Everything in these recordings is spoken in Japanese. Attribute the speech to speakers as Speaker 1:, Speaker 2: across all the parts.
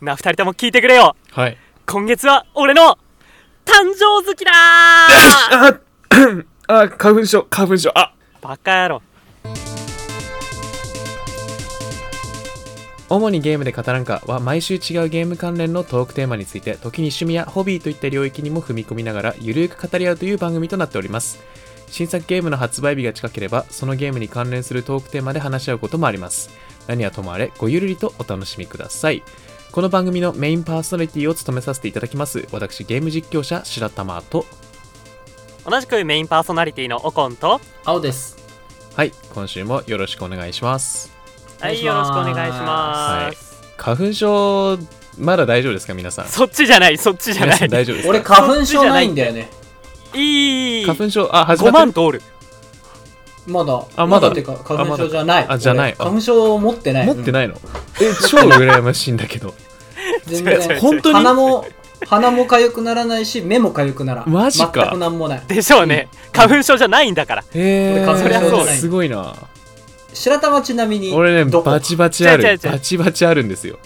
Speaker 1: なあ二人とも聞いてくれよ
Speaker 2: はい。
Speaker 1: 今月は俺の誕生月だ ー
Speaker 2: あ、あ、花粉症、花粉症、あ、
Speaker 1: バカ野郎
Speaker 2: 主にゲームで語らんかは毎週違うゲーム関連のトークテーマについて時に趣味やホビーといった領域にも踏み込みながらゆるく語り合うという番組となっております新作ゲームの発売日が近ければそのゲームに関連するトークテーマで話し合うこともあります何はともあれごゆるりとお楽しみくださいこの番組のメインパーソナリティを務めさせていただきます私ゲーム実況者白玉と
Speaker 1: 同じくメインパーソナリティのオコンと
Speaker 3: 青です
Speaker 2: はい今週もよろしくお願いします
Speaker 1: は
Speaker 3: お願い
Speaker 1: い
Speaker 3: します
Speaker 1: よろしくお願いします、
Speaker 2: 花粉症まだ大丈夫ですか皆さん
Speaker 1: そっちじゃないそっちじゃな
Speaker 2: 皆さ
Speaker 1: い
Speaker 2: ん大丈夫ですか
Speaker 3: 俺花粉症ないんだよね
Speaker 1: いい
Speaker 2: 花粉症あ始ま
Speaker 1: 5
Speaker 2: ってる
Speaker 1: 万通る
Speaker 3: まだ
Speaker 2: あまだ
Speaker 3: ってか花粉症じゃない
Speaker 2: あじゃない
Speaker 3: 俺花粉症を持ってない
Speaker 2: 持って
Speaker 3: い、
Speaker 2: ないの、え超羨ましいんだけど
Speaker 3: うん全然
Speaker 2: 本当に
Speaker 3: 鼻も鼻も痒くならないし目も痒くならん
Speaker 2: マジか
Speaker 3: 全くなんもない
Speaker 1: でしょうね、花粉症じゃないんだから
Speaker 2: へえ
Speaker 3: 俺花
Speaker 1: 粉症じゃない
Speaker 2: すごいな
Speaker 3: 白玉ちなみに
Speaker 2: 俺ね
Speaker 3: どこ
Speaker 2: バチバチある
Speaker 1: 違う違う違う
Speaker 2: バチバチあるんですよ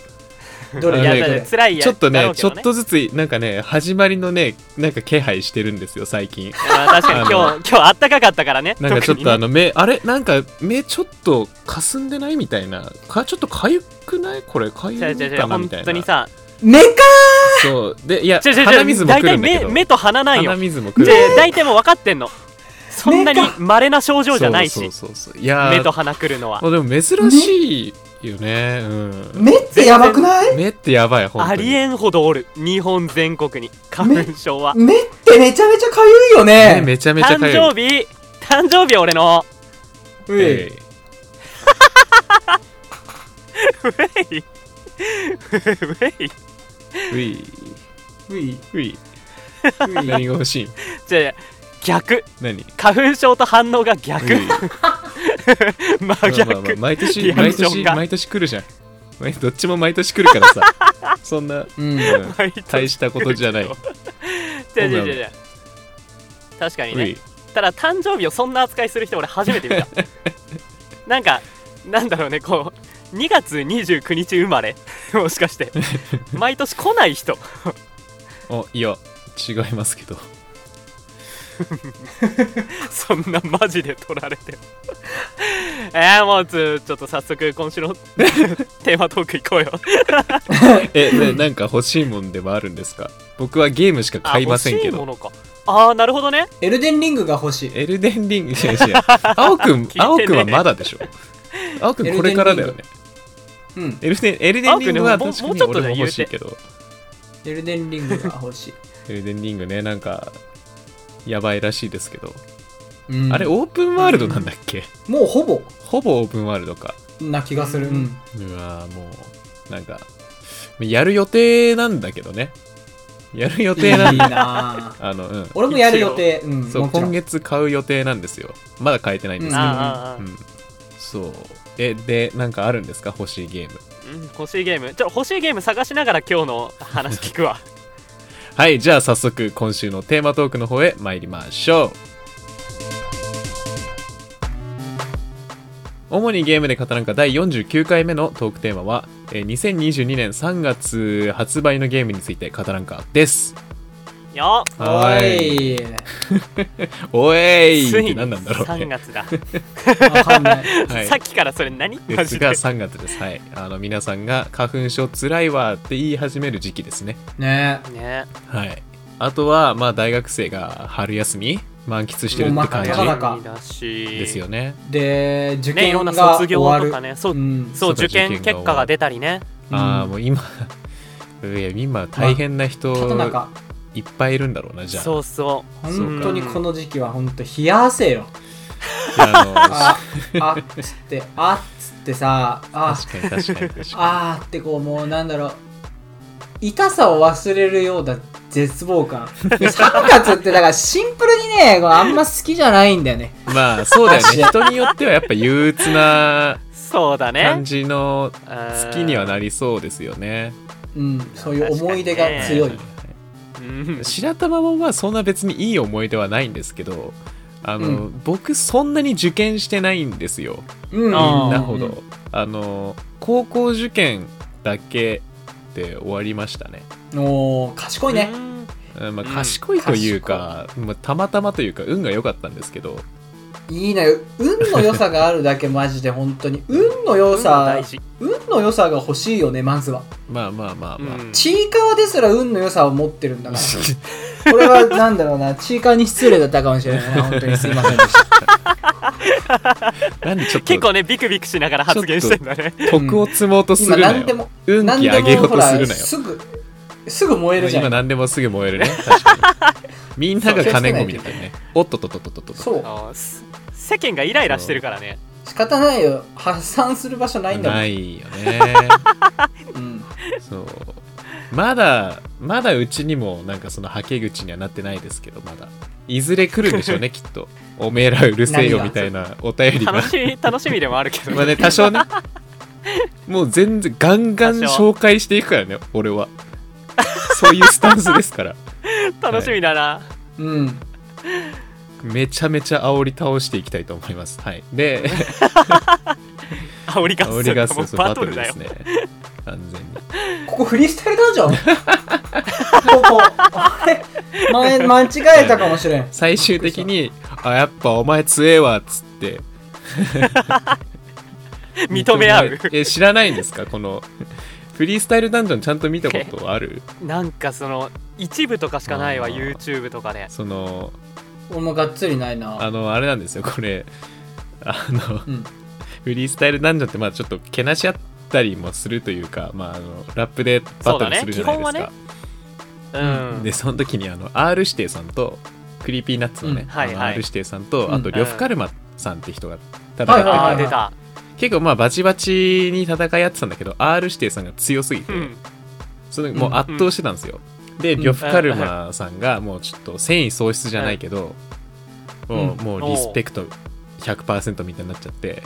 Speaker 3: どれ
Speaker 2: あ
Speaker 1: い
Speaker 2: の
Speaker 1: や
Speaker 3: ど
Speaker 2: ね
Speaker 1: だ
Speaker 3: れど
Speaker 1: から
Speaker 3: れ
Speaker 1: 辛いや
Speaker 2: ちょっと
Speaker 1: だろ
Speaker 2: ね
Speaker 1: うけ
Speaker 2: ちょ
Speaker 1: ど
Speaker 2: っとずつなんかね始まりのねなんか気配してるんですよ 最近
Speaker 1: あー確かに今日
Speaker 2: あ
Speaker 1: 今日あったかかったからね
Speaker 2: なんかちょっ
Speaker 1: 特に
Speaker 2: と
Speaker 1: ね
Speaker 2: あの目あれなんか目ちょっと霞んでないみたいなかちょっとかゆくないこれかゆ
Speaker 1: 違う違う
Speaker 2: い
Speaker 1: 違う
Speaker 2: かな
Speaker 1: 本
Speaker 2: みたいな
Speaker 1: 当にさ
Speaker 3: 目か
Speaker 2: そうでいや
Speaker 1: 違う違う違う
Speaker 2: 鼻水も来るんだけ
Speaker 1: 大体
Speaker 2: ど
Speaker 1: 目目と鼻なんよ
Speaker 2: 鼻水も来る
Speaker 1: で大体もう分かってんのそんなに稀な症状じゃない
Speaker 2: そう
Speaker 1: し
Speaker 2: そうそうそういやー
Speaker 1: 目と鼻くるのは
Speaker 2: あでも珍しいよねうん
Speaker 3: 目ってやばくない
Speaker 2: 目ってやばい本当に
Speaker 1: ありえんほどおる日本全国に花粉症は
Speaker 3: 目ってめちゃめちゃ痒いよ
Speaker 2: ね
Speaker 3: ね
Speaker 2: めちゃめちゃ
Speaker 1: 誕
Speaker 2: かゆい
Speaker 1: 生日誕生日俺の
Speaker 3: うい
Speaker 2: え
Speaker 1: ウェイウェイ
Speaker 2: えうい ういう
Speaker 3: いうい
Speaker 2: 何が欲しい
Speaker 1: じゃあ逆
Speaker 2: 何
Speaker 1: 花粉症と反応が逆
Speaker 2: う
Speaker 1: 真
Speaker 2: いまあまあまあ
Speaker 1: 逆
Speaker 2: 毎年
Speaker 1: リアク
Speaker 2: 毎
Speaker 1: ション
Speaker 2: 年
Speaker 1: が
Speaker 2: 毎年来るじゃん毎どっちも毎年来るか らさそんな、うん
Speaker 3: うん
Speaker 2: 大したことじゃない
Speaker 1: じゃあじゃあじゃあじゃあ確かに
Speaker 2: う
Speaker 1: ね
Speaker 2: い
Speaker 1: ただ誕生日をそんな扱いする人俺初めて見 たなんかなんだろうねこう2月29日生まれもしか して毎年来ない人
Speaker 2: おいや違いますけど
Speaker 1: そんなマジで取られて えー、もうつちょっと早速今 週のテーマトーク行こうよ
Speaker 2: えねなんか欲しいもんでもあるんですか僕はゲームしか買いませんけ
Speaker 1: あ欲しいも
Speaker 2: ど
Speaker 1: のかああなるほどね
Speaker 3: エルデンリングが欲しい
Speaker 2: エルデンリング違う違う青くん
Speaker 1: 聞いてね
Speaker 2: 青くんはまだでしょ青くんこれからだよね
Speaker 3: うん
Speaker 2: エルデンエルデンリングは確かに俺も欲しいけど
Speaker 3: エルデンリングが欲 しい、
Speaker 2: エルデンリングねなんかやばいらしいですけど、
Speaker 3: うん
Speaker 2: あれオープンワールドなんだっけ、
Speaker 3: もうほぼ
Speaker 2: ほぼオープンワールドか
Speaker 3: な気がする、うん
Speaker 2: うわーもうなんかやる予定なんだけどねやる予
Speaker 3: いい
Speaker 2: 定なんだ
Speaker 3: なぁ
Speaker 2: あのうん
Speaker 3: 俺もやる予定、うん、
Speaker 2: そう
Speaker 3: もちろ
Speaker 2: 今
Speaker 3: ん
Speaker 2: 月買う予定なんですよまだ買えてないんですけど、
Speaker 1: あーあーあ
Speaker 2: う
Speaker 1: ー
Speaker 2: んそうえでなんかあるんですか欲しいゲーム
Speaker 1: うん、欲しいゲームちょ欲しいゲーム探しながら今日の話聞くわ
Speaker 2: はいじゃあ早速今週のテーマトークの方へ参りましょう主にゲームで語らんか第49回目のトークテーマはえー2022年3月発売のゲームについて語らんかです
Speaker 1: よっ
Speaker 3: は
Speaker 2: ーい
Speaker 3: い
Speaker 2: おえい
Speaker 1: つ
Speaker 2: っ
Speaker 1: い
Speaker 2: て
Speaker 1: に
Speaker 2: 何なんだろう
Speaker 1: 3
Speaker 2: ね
Speaker 1: 月だ、
Speaker 3: わかんない
Speaker 2: はい
Speaker 1: さっきからそれ何
Speaker 2: で
Speaker 1: マ
Speaker 2: す
Speaker 1: ジ
Speaker 2: が
Speaker 1: で
Speaker 2: 3月ですはいあの皆さんが花粉症つらいわって言い始める時期ですね
Speaker 3: ね
Speaker 1: ね
Speaker 2: はいあとはまあ大学生が春休み満喫してるって感じ
Speaker 3: もう真っ只中
Speaker 1: だし
Speaker 2: ですよね
Speaker 3: で受
Speaker 1: ねいろ
Speaker 3: 験
Speaker 1: んな
Speaker 3: が
Speaker 1: 卒
Speaker 3: 終
Speaker 1: 業
Speaker 3: わる、
Speaker 1: とかねそう,、
Speaker 3: うん
Speaker 1: そう
Speaker 2: そうだ
Speaker 1: 受験
Speaker 2: 受験が終わる
Speaker 1: 結果が出たりね
Speaker 2: ああ
Speaker 3: うん
Speaker 2: もう今 いや今大変な人
Speaker 3: ただ中
Speaker 2: いっぱいいるんだろうなじゃあ
Speaker 1: そうそ
Speaker 3: 本当にこの時期は本当冷や汗よ
Speaker 2: いや あ
Speaker 3: ああっつってあっつってさ
Speaker 2: の
Speaker 3: あ
Speaker 2: 確かに確かに確か
Speaker 3: あーってこうもうなんだろう痛さを忘れるような絶望感で3月ってだからシンプルにねこうあんま好きじゃないんだよね
Speaker 2: にまあそうだよね人によってはやっぱ憂鬱な
Speaker 1: うそうだね
Speaker 2: 感じの
Speaker 1: 好
Speaker 2: 月にはなりそうですよね
Speaker 3: うんそういう思い出が強い、
Speaker 1: 確うん
Speaker 2: 白玉もまあそんな別にいい思い出はないんですけどあの、
Speaker 3: う
Speaker 2: 僕そんなに受験してないんですよ
Speaker 3: うん
Speaker 1: あー
Speaker 2: なるほどあの高校受験だけて終わりましたね、
Speaker 3: おー賢いね
Speaker 1: う。ん
Speaker 2: うんま
Speaker 1: う
Speaker 2: あ、
Speaker 1: ん
Speaker 2: 賢いというか、まあ、たまたまというか運が良かったんですけど
Speaker 3: いいね。運の良さがあるだけマジで本当に。運の
Speaker 1: 運
Speaker 3: 良
Speaker 1: は
Speaker 3: さ
Speaker 1: 大、事
Speaker 3: 運の良さが欲しいよね、まずは。
Speaker 2: まあまあまあまあ、
Speaker 1: うん
Speaker 3: ちいかわですら運の良さを持ってるんだから。これはなんだろうな、ちいかわに失礼だったかもしれ ないな。本当にすいませんでした。
Speaker 2: なんでちょっと
Speaker 1: 結構ねビクビクしながら発言してんだね
Speaker 2: 徳を積もうとする
Speaker 3: 今
Speaker 2: な
Speaker 3: 何
Speaker 2: よ
Speaker 3: でも、
Speaker 2: 運
Speaker 3: 何
Speaker 2: 気
Speaker 3: で
Speaker 2: 上げよ
Speaker 3: も
Speaker 2: う
Speaker 3: ほ
Speaker 2: とす
Speaker 3: ら、
Speaker 2: るなよ
Speaker 3: すぐ、すぐ燃えるじゃ
Speaker 2: 今
Speaker 3: ん。
Speaker 2: 何でもすぐ燃えるね確かにみんなが金ゴミだったねおっとっとっとっとっとっと
Speaker 3: そう。
Speaker 1: あーす世間がイライラしてるからね
Speaker 3: 仕方ないよ。発散する場所ないんだもん。
Speaker 2: ないよね
Speaker 3: うん。
Speaker 2: そうまだまだうちにもなんかそのはけ口にはなってないですけどまだいずれ来るんでしょう ねきっとおめえらうるせえよ
Speaker 3: 何が
Speaker 2: みたいなお便りが
Speaker 1: 楽しみ楽しみでもあるけど
Speaker 2: まあね多少ねもう全然ガンガン
Speaker 1: 多少
Speaker 2: 紹介していくからね俺はそういうスタンスですから
Speaker 1: 楽しみだな
Speaker 3: うん。
Speaker 2: めちゃめちゃ煽り倒していきたいと思いますはいで
Speaker 1: 煽り合
Speaker 2: 煽り合
Speaker 1: 戦
Speaker 2: 戦そう
Speaker 1: もう
Speaker 2: バ
Speaker 1: バト
Speaker 2: トル
Speaker 1: ル
Speaker 2: で
Speaker 1: だよ
Speaker 2: すね完全に
Speaker 3: ここフリースタイルダンジョンここあれ前間違えたかもしれん
Speaker 2: 最終的に「あやっぱお前強えわ」っつって
Speaker 1: 認め合う
Speaker 2: 認めえ知らないんですかこのフリースタイルダンジョンちゃんと見たことある
Speaker 1: なんかその一部とかしかないわ
Speaker 2: あー
Speaker 1: YouTube とかで
Speaker 2: その
Speaker 3: 俺もがっつりないな
Speaker 2: あのあれなんですよこれあの
Speaker 3: うん
Speaker 2: フリースタイルダンジョンってまあちょっとけなし合ったりもするというか、まあ、あのラップでバトルするじゃないです
Speaker 1: そうだね基本は
Speaker 2: か、
Speaker 1: うん
Speaker 2: でその時にあの R 指定さんとクリーピーナッツのね、
Speaker 3: うん
Speaker 1: はいはい
Speaker 2: あの R 指定さんと、
Speaker 3: うん
Speaker 2: あとリョフカルマさんって人が戦ってて、
Speaker 3: はいはい
Speaker 1: あ
Speaker 3: は
Speaker 1: あ
Speaker 3: い
Speaker 1: 出た
Speaker 2: 結構まあバチバチに戦い合ってたんだけど R 指定さんが強すぎて、
Speaker 1: うん
Speaker 2: そのもう圧倒してたんですよ、で
Speaker 3: うん
Speaker 2: 呂布カルマさんがもうちょっと戦意喪失じゃないけど、
Speaker 3: う
Speaker 2: も
Speaker 3: んうん
Speaker 2: うもうリスペクト100%みたいになっちゃって、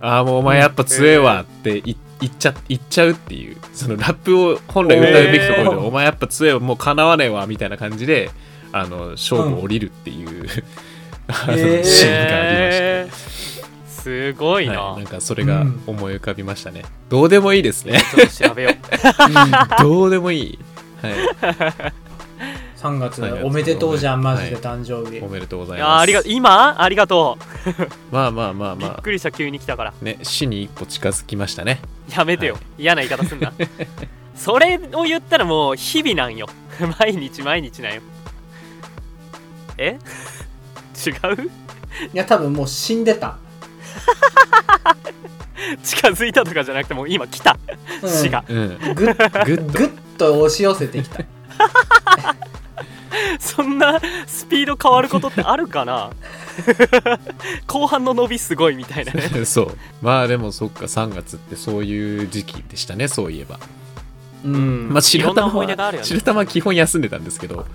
Speaker 2: ああもうお前やっぱ強えわってい言っちゃ言っちゃうっていうそのラップを本来歌うべきところで、
Speaker 3: えー
Speaker 2: お前やっぱ強えわもうかなわねえわみたいな感じであの勝負を降りるっていう、 あの
Speaker 3: えー
Speaker 2: シーンがありました、
Speaker 1: えーすごいな、
Speaker 2: はい、なんかそれが思い浮かびましたね、どうでもいいです ね
Speaker 1: ちょっと調べよう
Speaker 2: どうでもいいはい
Speaker 3: 3月
Speaker 2: 三月
Speaker 3: おめでとうじゃんマジで
Speaker 2: はい
Speaker 3: 誕生日、
Speaker 2: おめでとうござ
Speaker 1: い
Speaker 2: い
Speaker 1: や
Speaker 2: ます。
Speaker 1: ーありが今ありがとう
Speaker 2: まあまあまあ
Speaker 1: びっ
Speaker 2: ま
Speaker 1: くりした急に来たから
Speaker 2: あ、ね、死に一歩近づきましたね。
Speaker 1: やめてよ、
Speaker 2: は
Speaker 1: 嫌な言い方す んなそれを言ったらもう日々なんよ 毎日毎日なんよえ違う
Speaker 3: いや多分もう死んでた、
Speaker 1: 近づいたとかじゃなくてもう今来た、
Speaker 3: うん、
Speaker 1: 死が
Speaker 2: うん。
Speaker 3: ぐ
Speaker 2: グ
Speaker 3: っ
Speaker 2: ッと
Speaker 3: ぐっと押し寄せてきた
Speaker 1: そんなスピード変わることってあるかな 後半の伸びすごいみたいなね
Speaker 2: そう。まあでもそっか、3月ってそういう時期でしたね、そういえば。
Speaker 3: うん、
Speaker 2: まあ白
Speaker 1: いろんな
Speaker 2: 玉
Speaker 1: 思い出があるよ
Speaker 2: は、
Speaker 1: ね
Speaker 2: 白玉は基本休んでたんですけど、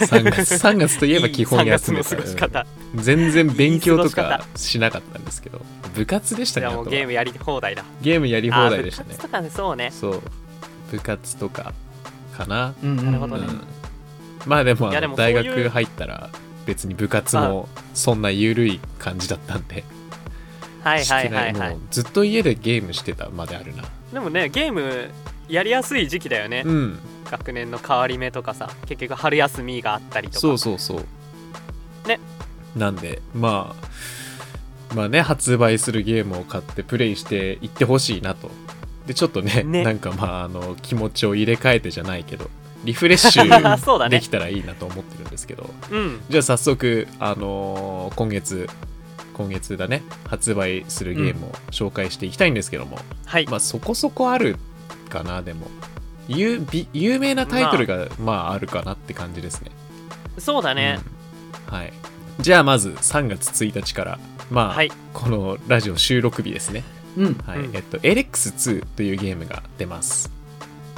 Speaker 2: 3月 3月といえば基本休んで
Speaker 1: いい3月
Speaker 2: た。
Speaker 1: の過ごし方、
Speaker 2: うん全然勉強と
Speaker 1: いい過ご
Speaker 2: かしなかったんですけど、部活でした
Speaker 1: い
Speaker 2: ね、
Speaker 1: や
Speaker 2: あと
Speaker 1: も
Speaker 2: は
Speaker 1: うゲームやり放題だ
Speaker 2: ゲームやり放題でした
Speaker 1: あー部
Speaker 2: ね
Speaker 1: 活。とかねそうね
Speaker 2: そう。部活とか、かな。
Speaker 3: うんうんうん
Speaker 1: なるほどね
Speaker 2: まあでも
Speaker 1: いやでもそうい
Speaker 2: 大
Speaker 1: う
Speaker 2: 学入ったら別に部活もそんな緩い感じだったんで、
Speaker 1: はい
Speaker 2: し
Speaker 1: はい
Speaker 2: て
Speaker 1: は
Speaker 2: ないい
Speaker 1: はい
Speaker 2: もうずっと家でゲームしてたまであるな
Speaker 1: でもねゲームやりやすい時期だよね、
Speaker 2: うん
Speaker 1: 学年の変わり目とかさ結局春休みがあったりとか
Speaker 2: そうそうそう
Speaker 1: ね
Speaker 2: なんでまあまあね発売するゲームを買ってプレイしていってほしいなとでちょっとね
Speaker 1: ね
Speaker 2: なんかまああの気持ちを入れ替えてじゃないけどリフレッシュ
Speaker 1: そうだね
Speaker 2: できたらいいなと思ってるんですけど
Speaker 1: うん
Speaker 2: じゃあ早速、あのー今月、今月だね、発売するゲームを紹介していきたいんですけども、
Speaker 1: はい、
Speaker 2: まあそこそこあるかな、でも。有び有名なタイトルが、まああるかなって感じですね。
Speaker 1: そうだね、
Speaker 2: うんはい。じゃあまず3月1日から、まあ、
Speaker 1: はい
Speaker 2: このラジオ収録日ですね。
Speaker 3: うん
Speaker 2: はい。
Speaker 1: うん
Speaker 2: えっと、エレックス2というゲームが出ます。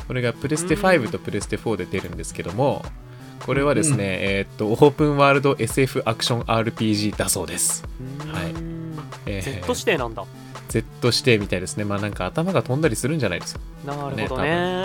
Speaker 2: これがプレステ
Speaker 1: うん
Speaker 2: 5とプレステ4で出るんですけども、これはですね、えっと、オープンワールド SF アクション RPG だそうです。はいう
Speaker 1: ーん
Speaker 2: えー
Speaker 1: Z 指定なんだ
Speaker 2: Z 指定みたいですね。まあなんか頭が飛んだりするんじゃないです か。
Speaker 1: なるほどね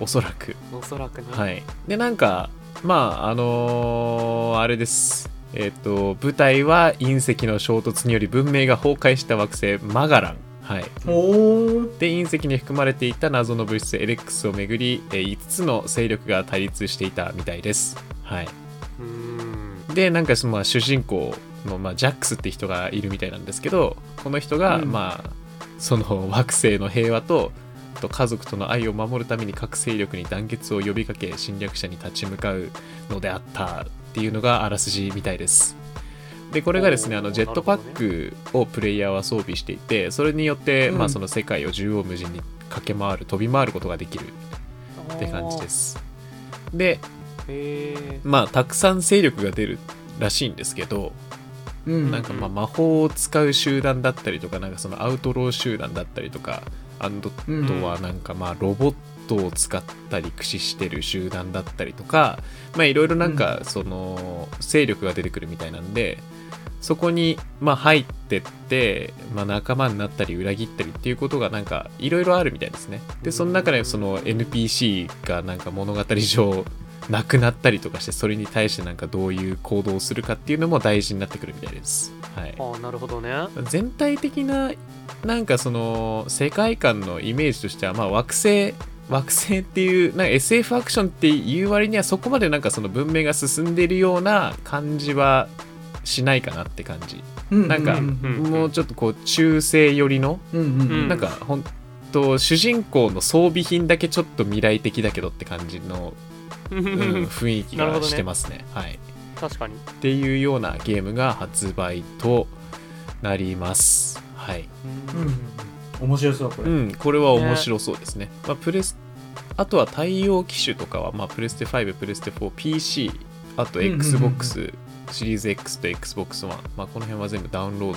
Speaker 2: おそらく。
Speaker 1: おそらくね、
Speaker 2: はい。で、なんか、まあ、あのーあれです。えっと、舞台は隕石の衝突により文明が崩壊した惑星マガランはい、
Speaker 3: おー
Speaker 2: で隕石に含まれていた謎の物質 LX をめぐり、え5つの勢力が対立していたみたいです。はい、
Speaker 1: うーん
Speaker 2: でなんかそのまあ主人公の、まあ、ジャックスって人がいるみたいなんですけどこの人が、
Speaker 3: うん
Speaker 2: まあ、その惑星の平和とあと家族との愛を守るために各勢力に団結を呼びかけ侵略者に立ち向かうのであったっていうのがあらすじみたいです。でこれがですね
Speaker 1: おー
Speaker 2: あのジェットパックをプレイヤーは装備していてそれによって、
Speaker 3: うん
Speaker 2: まあ、その世界を縦横無尽に駆け回る飛び回ることができるって感じです。で
Speaker 1: へえ
Speaker 2: まあたくさん勢力が出るらしいんですけど、
Speaker 3: うん
Speaker 2: なんかまあ魔法を使う集団だったりとかなんかそのアウトロー集団だったりとかあと
Speaker 3: うん
Speaker 2: はなんかまあロボットを使ったり駆使してる集団だったりとかまあいろいろなんかその勢力が出てくるみたいなんでそこにまあ入ってってまあ仲間になったり裏切ったりっていうことがなんかいろいろあるみたいですねでその中でその NPC がなんか物語上なくなったりとかしてそれに対してなんかどういう行動をするかっていうのも大事になってくるみたいです、はい
Speaker 1: あ、ーなるほどね
Speaker 2: 全体的ななんかその世界観のイメージとしてはまあ惑星惑星っていうなんか SF アクションっていう割にはそこまでなんかその文明が進んでいるような感じはしないかなって感じ、
Speaker 3: うん
Speaker 2: なんか
Speaker 3: うん
Speaker 1: うん
Speaker 2: もうちょっとこう中世寄りの
Speaker 3: うんうん
Speaker 1: うん
Speaker 2: なんか本当主人公の装備品だけちょっと未来的だけどって感じの、うん、雰囲気
Speaker 1: なる
Speaker 2: が
Speaker 1: ほどね
Speaker 2: してますね。はい、
Speaker 1: 確かに
Speaker 2: っていうようなゲームが発売となります。はい、
Speaker 3: うんうんうん面白そうこ
Speaker 2: う
Speaker 3: れ
Speaker 2: ん、これは面白そうですね。まあ、プレスあとは対応機種とかは、まあ、プレステ5、プレステ4、PC、あと
Speaker 3: うんうんうんうん
Speaker 2: XBOX、シリーズ X と XBOX1、まあ、この辺は全部ダウンロー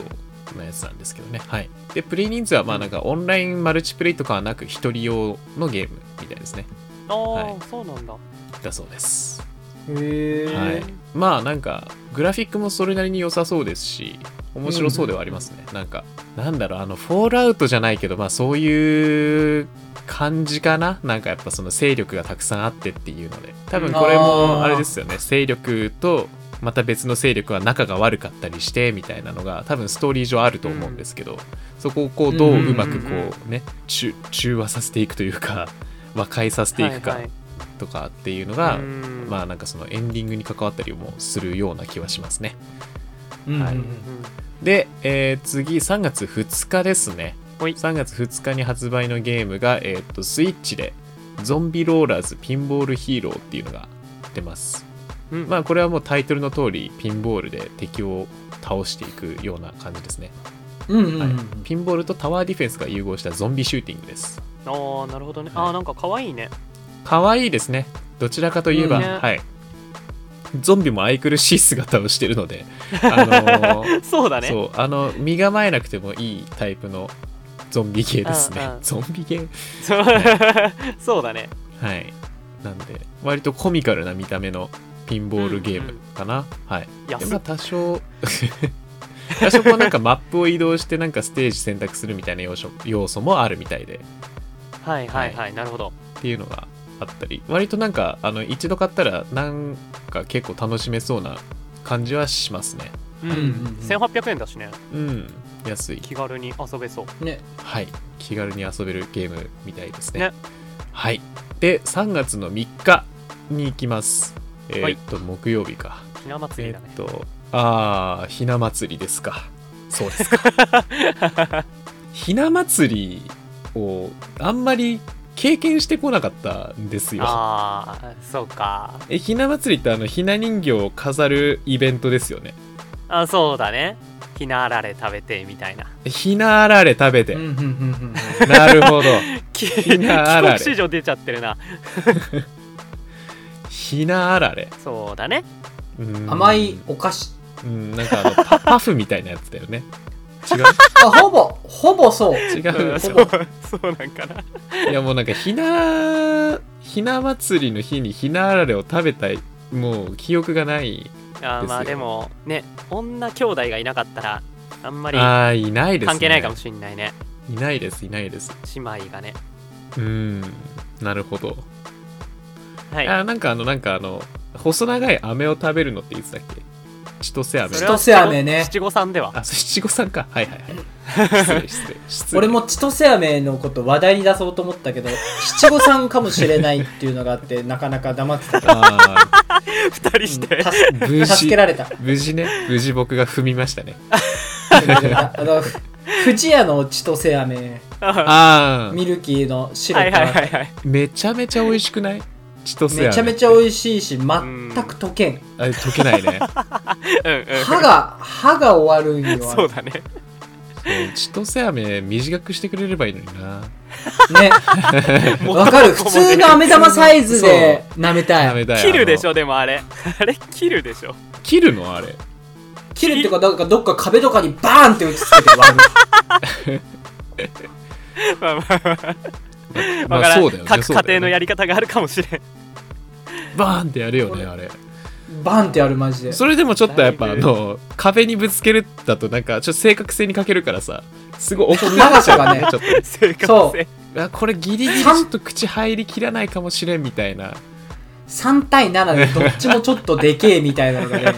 Speaker 2: ドのやつなんですけどね。はい、で、プレイ人数はまあなんかオンラインマルチプレイとかはなく、一人用のゲームみたいですね。
Speaker 1: ああ、
Speaker 2: はい
Speaker 1: そうなんだ
Speaker 2: だそうです。
Speaker 3: へえ
Speaker 2: はい、まあなんかグラフィックもそれなりに良さそうですし面白そうではありますね、なんかなんだろうあのフォールアウトじゃないけどまあそういう感じかななんかやっぱその勢力がたくさんあってっていうので多分これ
Speaker 3: あー
Speaker 2: もあれですよね勢力とまた別の勢力は仲が悪かったりしてみたいなのが多分ストーリー上あると思うんですけど、そこをこうどううまくこうね中中和させていくというか和解させていくか
Speaker 1: はいはい
Speaker 2: とかっていうのが、
Speaker 1: うん
Speaker 2: まあなんかそのエンディングに関わったりもするような気はしますね。
Speaker 3: うん
Speaker 2: はい
Speaker 1: うん
Speaker 2: で、えー次3月2日ですね。
Speaker 1: ほい
Speaker 2: 3月2日に発売のゲームが、えーっとスイッチで「ゾンビローラーズピンボールヒーロー」っていうのが出ます。
Speaker 1: うん
Speaker 2: まあこれはもうタイトルの通りピンボールで敵を倒していくような感じですね。
Speaker 3: うんうんう
Speaker 2: はい
Speaker 3: ん
Speaker 2: ピンボールとタワーディフェンスが融合したゾンビシューティングです。
Speaker 1: あーなるほどね、あ
Speaker 2: は
Speaker 1: ー
Speaker 2: い
Speaker 1: なんか可愛いね
Speaker 2: 可愛いですねどちらかといえば、
Speaker 1: うんね
Speaker 2: はいゾンビも愛くるしい姿をしてるのであのー
Speaker 1: そうだね
Speaker 2: そうあの身構えなくてもいいタイプのゾンビ系ですね、
Speaker 1: うんうん
Speaker 2: ゾンビ系
Speaker 1: そう そうだね
Speaker 2: はいなんで割とコミカルな見た目のピンボールゲームかな、はい
Speaker 1: 安
Speaker 2: で
Speaker 1: っ
Speaker 2: まあ多少 多少こうなんかマップを移動してなんかステージ選択するみたいな要素要素もあるみたいで
Speaker 1: はいはいはい、なるほど
Speaker 2: っていうのがあったり割となんかあの一度買ったらなんか結構楽しめそうな感じはしますね
Speaker 1: うん、
Speaker 3: うんうんうん
Speaker 1: 1800円だしね
Speaker 2: うん安い
Speaker 1: 気軽に遊べそう
Speaker 3: ね
Speaker 2: はい気軽に遊べるゲームみたいですね
Speaker 1: ね
Speaker 2: はいで3月の3日に行きますえー
Speaker 1: はい
Speaker 2: っと、木曜日か
Speaker 1: ひな祭
Speaker 2: え
Speaker 1: り
Speaker 2: ー
Speaker 1: だ
Speaker 2: っ
Speaker 1: ね、
Speaker 2: とああひな祭りですかそうですか ひな祭りをあんまり経験してこなかったんですよ
Speaker 1: ああそうか
Speaker 2: えひな祭りってあのひな人形を飾るイベントですよね
Speaker 1: あそうだねひなあられ食べてみたいな
Speaker 2: ひなあられ食べて、
Speaker 3: うんうんうんうん
Speaker 2: なる ほど
Speaker 1: き
Speaker 2: ひなあられ
Speaker 1: 帰国子女出ちゃってるな
Speaker 2: ひなあられ
Speaker 1: そうだね
Speaker 2: うん
Speaker 3: 甘いお菓子
Speaker 2: うんなんかあのパパフみたいなやつだよね違
Speaker 3: あほぼほぼそう
Speaker 2: う違う
Speaker 1: うん
Speaker 2: よ
Speaker 1: そうそうなん かない
Speaker 2: やもうなんかひなひな祭りの日にひなあられを食べたいもう記憶がない
Speaker 1: あーまあ
Speaker 2: です
Speaker 1: で
Speaker 2: よ
Speaker 1: もね女兄弟がいなかったらあんまり
Speaker 2: あーいないです、ね、
Speaker 1: 関係ないかもしれないね
Speaker 2: いないですいないです
Speaker 1: 姉妹がね
Speaker 2: うんなるほど、
Speaker 1: はい
Speaker 2: あーなんかあのなんかあの細長い飴を食べるのっていつだっけ千歳飴
Speaker 1: それは
Speaker 3: 千歳飴ね
Speaker 1: 七五三では
Speaker 2: あ、それ七五三か。はいはいはい。失礼失礼失礼
Speaker 3: 俺も千歳飴のこと話題に出そうと思った けど七五三かもしれないっていうのがあってなかなか黙 ってたけ
Speaker 2: あー
Speaker 1: 二人して、
Speaker 3: ど助
Speaker 2: 無事
Speaker 3: 助けら れた
Speaker 2: 無事ね無事僕が踏みましたね
Speaker 3: あの藤屋の千歳飴
Speaker 2: ああ
Speaker 3: ミルキーの白
Speaker 1: はい
Speaker 3: と
Speaker 1: はいはいはい
Speaker 2: めちゃめちゃ美味しくない千歳飴
Speaker 3: めちゃめちゃ美味しいし全く溶けん
Speaker 2: あれ溶けないね
Speaker 1: うんうん
Speaker 3: 歯が歯が終わるんよ
Speaker 1: そうだね
Speaker 2: そう千歳飴短くしてくれればいいのにな
Speaker 3: ねわかる普通の飴玉サイズで舐め
Speaker 2: ダ
Speaker 3: た
Speaker 2: メ
Speaker 3: い
Speaker 2: だよ
Speaker 1: 切るでし
Speaker 2: ょ
Speaker 1: ょでもあれあれ切るでしょ
Speaker 2: 切るのあれ
Speaker 3: 切るってかなんかどっか壁とかにバーンって打ちつけて割る
Speaker 1: まあまあまあ
Speaker 2: ま
Speaker 1: わから
Speaker 2: あ
Speaker 1: ん
Speaker 2: そうだよね
Speaker 1: 各
Speaker 2: そ
Speaker 1: 家
Speaker 2: うだよね
Speaker 1: 庭のやり方があるかもしれん
Speaker 2: バーンってやるよねあれ
Speaker 3: バンってやるマジで
Speaker 2: それでもちょっとやっぱ
Speaker 1: だ
Speaker 2: あ
Speaker 1: いぶ
Speaker 2: の壁にぶつけるだとなんかちょっと正確性に欠けるからさすごい怒る
Speaker 3: 長さがね
Speaker 2: ちょっと
Speaker 1: 正確
Speaker 3: そう
Speaker 1: 性
Speaker 2: あこれギリギリちょっと口入りきらないかもしれんみたいな
Speaker 3: 3対7で どっちもちょっとでけえみたいなのがね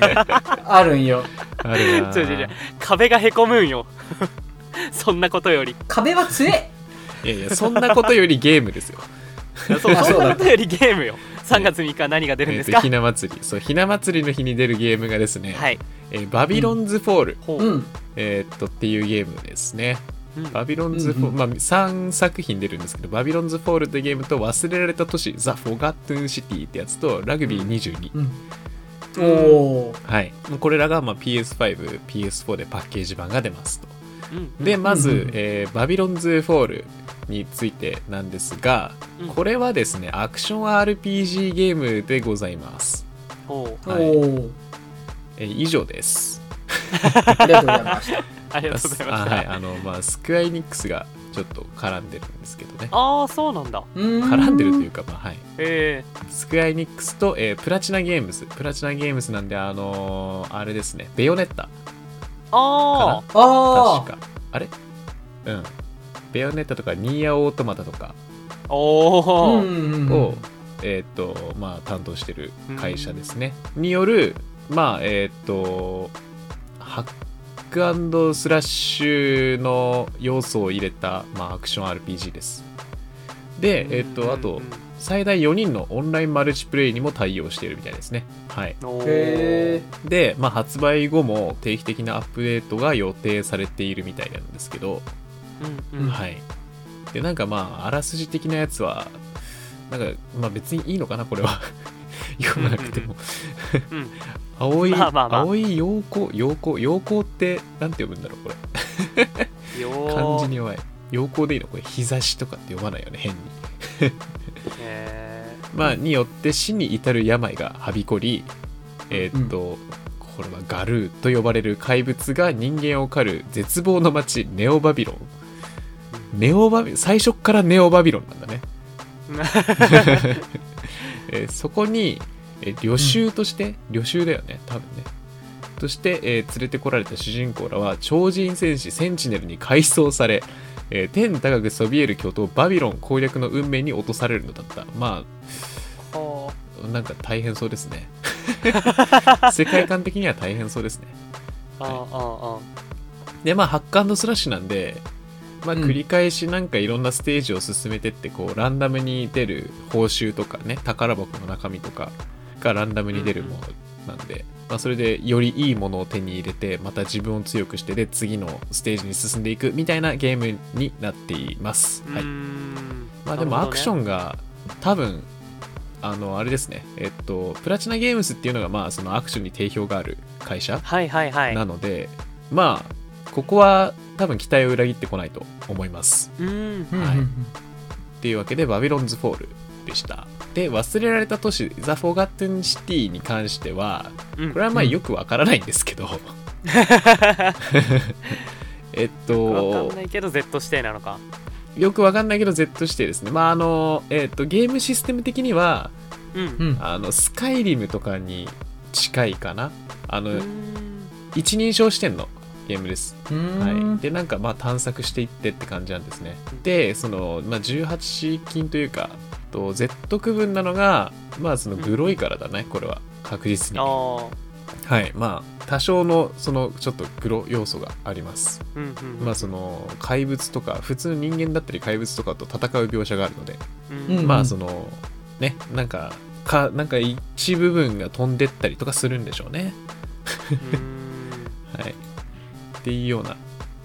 Speaker 3: あるんよ
Speaker 2: あ るな
Speaker 1: ちょちょちょ壁がへこむんよ そんなこと より
Speaker 3: 壁は強え
Speaker 2: いやいやそんなことよりゲームですよ
Speaker 1: そうそん
Speaker 3: あそうだ
Speaker 1: なことよりゲームよ3月3日何が出るん
Speaker 2: え
Speaker 1: で
Speaker 2: っ
Speaker 1: す
Speaker 2: と
Speaker 1: か
Speaker 2: ひな祭りそうひな祭りの日に出るゲームがですね、
Speaker 1: はい
Speaker 2: えーバビロンズ・フォール、
Speaker 1: ほう、
Speaker 3: うん
Speaker 2: えーっとっていうゲームですね
Speaker 1: うん
Speaker 2: バビロンズフォー
Speaker 3: うんうん
Speaker 2: まあ、3作品出るんですけど、バビロンズ・フォールってゲームと、忘れられた都市、ザ・フォガットゥン・シティってやつと、ラグビー22。
Speaker 3: うんおお
Speaker 2: はい。もうこれらがまあ PS5、PS4 でパッケージ版が出ますと。
Speaker 1: うん
Speaker 2: で、まず、
Speaker 3: うんうん
Speaker 2: えーバビロンズ・フォールについてなんですが、
Speaker 1: うん
Speaker 2: これはですね、アクション RPG ゲームでございます。
Speaker 1: ほう
Speaker 3: お
Speaker 2: はい
Speaker 3: お
Speaker 2: えー以上です。
Speaker 3: ありがとうござい ました
Speaker 1: ありがとうございま
Speaker 2: あ
Speaker 1: した
Speaker 2: はい。あの、まあ、スクエア・エニックスがちょっと絡んでるんですけどね。
Speaker 1: ああそうなんだ
Speaker 2: 絡んでるといううか、まあ、はい。
Speaker 1: え
Speaker 2: スクエアエニックスと、えープラチナゲームズ。プラチナゲームズなんで、あのーあれですね、ベヨネッタ。
Speaker 1: ー、あ
Speaker 2: か
Speaker 3: あ
Speaker 2: 確か。あれうん。ベヨネッタとか、ニーヤオートマタとか
Speaker 1: あお
Speaker 3: あ
Speaker 1: お、
Speaker 3: ん
Speaker 2: を、えーっと、まあ、担当してる会社ですね。による、まあ、えーっと、ハックスラッシュの要素を入れた、まあ、アクション RPG です。で、えーっと、あと、最大4人のオンラインマルチプレイにも対応しているみたいですね。はい。
Speaker 1: お
Speaker 3: へえ
Speaker 2: で、まあ、発売後も定期的なアップデートが予定されているみたいなんですけど、
Speaker 1: うんうん、
Speaker 2: はいでなんかまああらすじ的なやつはなんかまあ別にいいのかなこれは 読まなくても
Speaker 1: うんうんうん
Speaker 2: 青い、
Speaker 1: まあまあまあ
Speaker 2: 青い陽光陽光陽光ってなんて読むんだろうこれ
Speaker 1: よ
Speaker 2: 漢
Speaker 1: ー
Speaker 2: 字に弱い陽光でいいのこれ日差しとかって読まないよね変に
Speaker 1: へ
Speaker 2: まあ、によって死に至る病がはびこり、えーっと、これはガルーと呼ばれる怪物が人間を狩る絶望の街、ネオバビロン。ネオバビ最初っからネオバビロンなんだね。
Speaker 1: ー
Speaker 2: えーそこに、えー旅衆として、旅衆だよね、多分ね。として、えー連れてこられた主人公らは超人戦士センチネルに改装され、えー天高くそびえる巨塔バビロン攻略の運命に落とされるのだった。まあ、
Speaker 1: ほ
Speaker 2: なんか大変そうですね。 世界観的には大変そうですね。
Speaker 1: うあーあ
Speaker 2: で、まあ、ハックスラッシュなんで、まあ、
Speaker 3: うん
Speaker 2: 繰り返しなんかいろんなステージを進めてって、こう、ランダムに出る報酬とかね、宝箱の中身とかがランダムに出るものなんで、まあ、それでよりいいものを手に入れて、また自分を強くして、で、次のステージに進んでいくみたいなゲームになっています。
Speaker 1: ー
Speaker 2: はいう
Speaker 1: ー。ん
Speaker 2: まあでもアクショ
Speaker 1: ン
Speaker 2: ンが多分あのあれですねえっとプラチナゲームスっていうのがまあそのアクションに定評がある会社
Speaker 1: はいはいはい
Speaker 2: なので、まあここは多分期待を裏切ってこないと思います
Speaker 1: うん
Speaker 3: うん
Speaker 2: はいっていうわけでバビロンズ・フォールでしたで忘れられた都市ザ・フォガットゥン・シティに関しては
Speaker 1: うん
Speaker 2: これはまあ
Speaker 3: うん
Speaker 2: よくわからないんですけ ど、えっ
Speaker 1: わ
Speaker 2: と
Speaker 1: かんないけど Z 指定なのか
Speaker 2: よくわかんないけど Z 指定ですねまああのえっとゲームシステム的には
Speaker 1: う
Speaker 3: うんん
Speaker 2: あのスカイリムとかに近いかなあの、
Speaker 1: うん
Speaker 2: 一人称視点のゲームです、
Speaker 3: うん
Speaker 2: はい、でなんかまあ探索していってって感じなんですねでその、まあ、18金というかと Z 区分なのがまあそのグロいからだねこれは確実に
Speaker 1: ああ
Speaker 2: はいまあ多少のそのちょっとグロ要素があります
Speaker 1: うんうん
Speaker 2: まあその怪物とか普通の人間だったり怪物とかと戦う描写があるので、
Speaker 1: うん
Speaker 3: うん
Speaker 2: まあそのねなんかかなんか一部分が飛んでったりとかするんでしょうね
Speaker 1: うん
Speaker 2: はいっていうような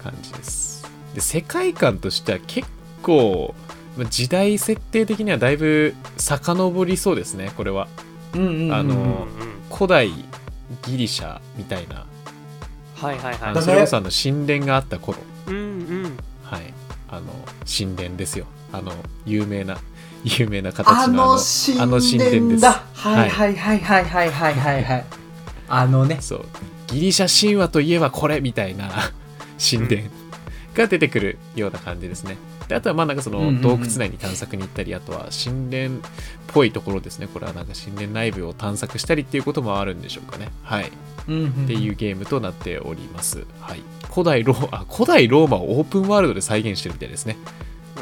Speaker 2: 感じですで世界観としては結構まあ時代設定的にはだいぶ遡りそうですねこれは
Speaker 3: うんうんうん
Speaker 2: あ
Speaker 1: う
Speaker 2: の
Speaker 1: んうん
Speaker 2: 古代ギリシャみたいな
Speaker 1: はいはい
Speaker 2: あ
Speaker 1: はい
Speaker 2: の
Speaker 3: だね
Speaker 2: それこそあの神殿があった頃
Speaker 1: うんうん
Speaker 2: はいあの神殿ですよあの有名な有名な形の
Speaker 3: あの神
Speaker 2: あの
Speaker 3: 殿
Speaker 2: です
Speaker 3: だはいはいはいはいはいはいはいはいあのね
Speaker 2: そうギリシャ神話といえばこれみたいな神殿が出てくるような感じですね。であとはまあなんかそ
Speaker 3: うんうんう
Speaker 2: の
Speaker 3: ん
Speaker 2: 洞窟内に探索に行ったり、あとは神殿っぽいところですね。これはなんか神殿内部を探索したりっていうこともあるんでしょうかね。はい。
Speaker 3: うんうん
Speaker 2: っていうゲームとなっております。はい。古代ローあ古代ローマをオープンワールドで再現してるみたいですね。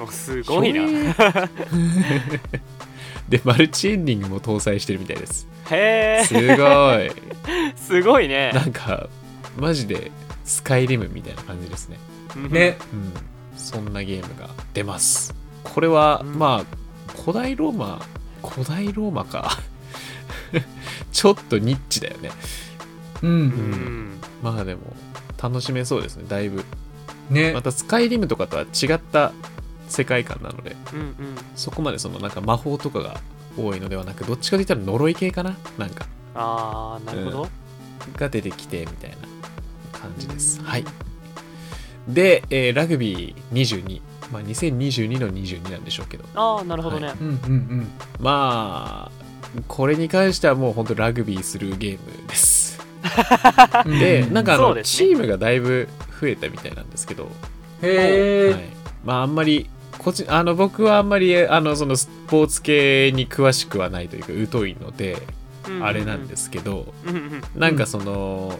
Speaker 1: おすごいな
Speaker 2: へ
Speaker 1: へ
Speaker 2: ー。 で、マルチエンディングも搭載してるみたいです。
Speaker 1: え
Speaker 2: すごい。
Speaker 1: すごいね
Speaker 2: なんかマジでスカイリムみたいな感じですね、
Speaker 3: ね
Speaker 2: うん、そんなゲームが出ますこれは、
Speaker 1: うん
Speaker 2: まあ古代ローマ古代ローマか ちょっとニッチだよね
Speaker 3: う
Speaker 1: うんん
Speaker 2: まあでも楽しめそうですねだいぶ
Speaker 3: ね
Speaker 2: またスカイリムとかとは違った世界観なので
Speaker 1: うんうん
Speaker 2: そこまでそのなんか魔法とかが多いのではなくどっちかといったら呪い系かななんか
Speaker 1: ああなるほど
Speaker 2: が出てきてみたいな感じです。
Speaker 1: うん
Speaker 2: はい、で、えーラグビー22、まあ、2022の22なんでしょうけど、
Speaker 1: ああなるほどね
Speaker 3: うんうん
Speaker 2: まあ、これに関してはもう本当ラグビーするゲーム です。
Speaker 3: うん
Speaker 2: で、なんかあ
Speaker 1: そ
Speaker 2: の、
Speaker 1: うです
Speaker 2: チ
Speaker 1: ね
Speaker 2: ームがだいぶ増えたみたいなんですけど、
Speaker 3: へ
Speaker 2: はい
Speaker 3: え、
Speaker 2: まあ、あんまり、こっちあの僕はあんまりあのそのスポーツ系に詳しくはないというか疎いのであれなんですすけど、
Speaker 1: うんうん
Speaker 2: なんかその、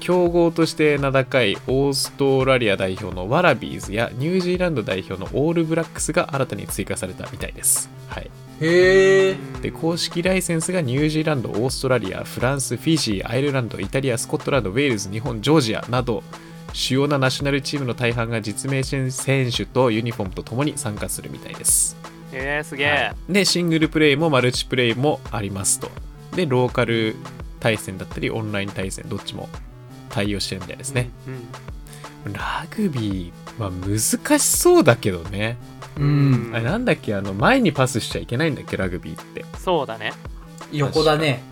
Speaker 2: 強豪として名高いオーストラリア代表のワラビーズやニュージーランド代表のオールブラックスが新たに追加されたみたいです。はい、
Speaker 3: へえ
Speaker 2: で公式ライセンスがニュージーランド、オーストラリア、フランス、フィジー、アイルランド、イタリア、スコットランド、ウェールズ、日本、ジョージアなど主要なナショナルチームの大半が実名選手とユニフォームとともに参加するみたいです。
Speaker 1: えーすげ
Speaker 2: は
Speaker 1: え
Speaker 2: いで、シングルプレイもマルチプレイもありますと。で、ローカル対戦だったり、オンライン対戦、どっちも対応してるみたいですね。
Speaker 1: うんうん
Speaker 2: ラグビー、まあ難しそうだけどね。
Speaker 3: うん
Speaker 2: あれなんだっけ、あの、前にパスしちゃいけないんだっけ、ラグビーって。
Speaker 1: そうだね
Speaker 3: 横だね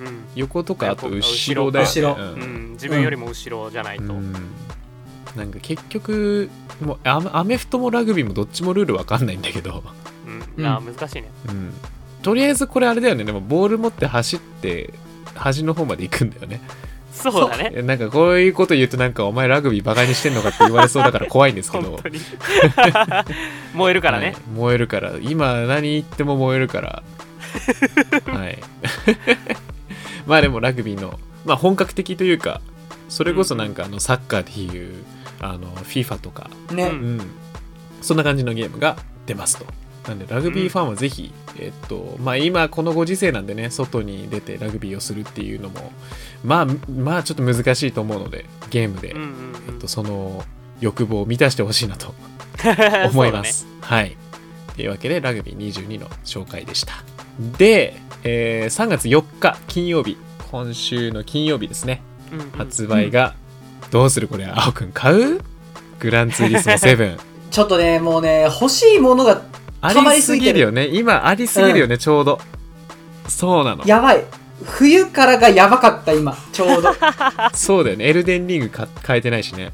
Speaker 1: うん
Speaker 2: 横とかあと後ろだよね。
Speaker 3: 後ろ
Speaker 2: うん
Speaker 1: うん自分よりも後ろじゃないと
Speaker 2: うんなんか結局、もうアメアメフトもラグビーもどっちもルールわかんないんだけど。
Speaker 1: うんあー難しいね
Speaker 2: うん。とりあえずこれあれだよね。でもボール持って走って、端の方まで行くんだよね。
Speaker 1: そうだ ね
Speaker 2: えなんかこういうこと言うとなんかお前ラグビーバカにしてんのかって言われそうだから怖いんですけど
Speaker 1: 本当に 燃えるからね
Speaker 2: はい燃えるから今何言っても燃えるから はい まあでもラグビーの、まあ、本格的というかそれこそなんかあのサッカーっていうあの FIFA とか、
Speaker 1: う
Speaker 3: ね
Speaker 1: ん
Speaker 2: うん、そんな感じのゲームが出ますとなんでラグビーファンはぜひ、えっとまあ今このご時世なんでね外に出てラグビーをするっていうのもまあまあちょっと難しいと思うのでゲームで、
Speaker 1: うんうんうん
Speaker 2: えっと、その欲望を満たしてほしいなと
Speaker 1: そ
Speaker 2: 思
Speaker 1: う
Speaker 2: い
Speaker 1: だ
Speaker 2: ま
Speaker 1: ね
Speaker 2: す。はい。というわけで、ラグビー22の紹介でした。で、えー3月4日金曜日、今週の金曜日ですね、
Speaker 1: うんうん
Speaker 2: 発売が、どうするこれ、青くん買うグランツーリスモ7。
Speaker 3: ちょっとねもうね欲しいものが
Speaker 2: あ
Speaker 3: 溜ま
Speaker 2: り
Speaker 3: り
Speaker 2: す
Speaker 3: すぎ
Speaker 2: ぎ
Speaker 3: て
Speaker 2: る
Speaker 3: る
Speaker 2: よね。今、ありすぎるよね、ちょうど。そうなの。
Speaker 3: やばい冬からがやばかった今ちょ うど
Speaker 2: そうだよね。エルデンリングか変えてないしね。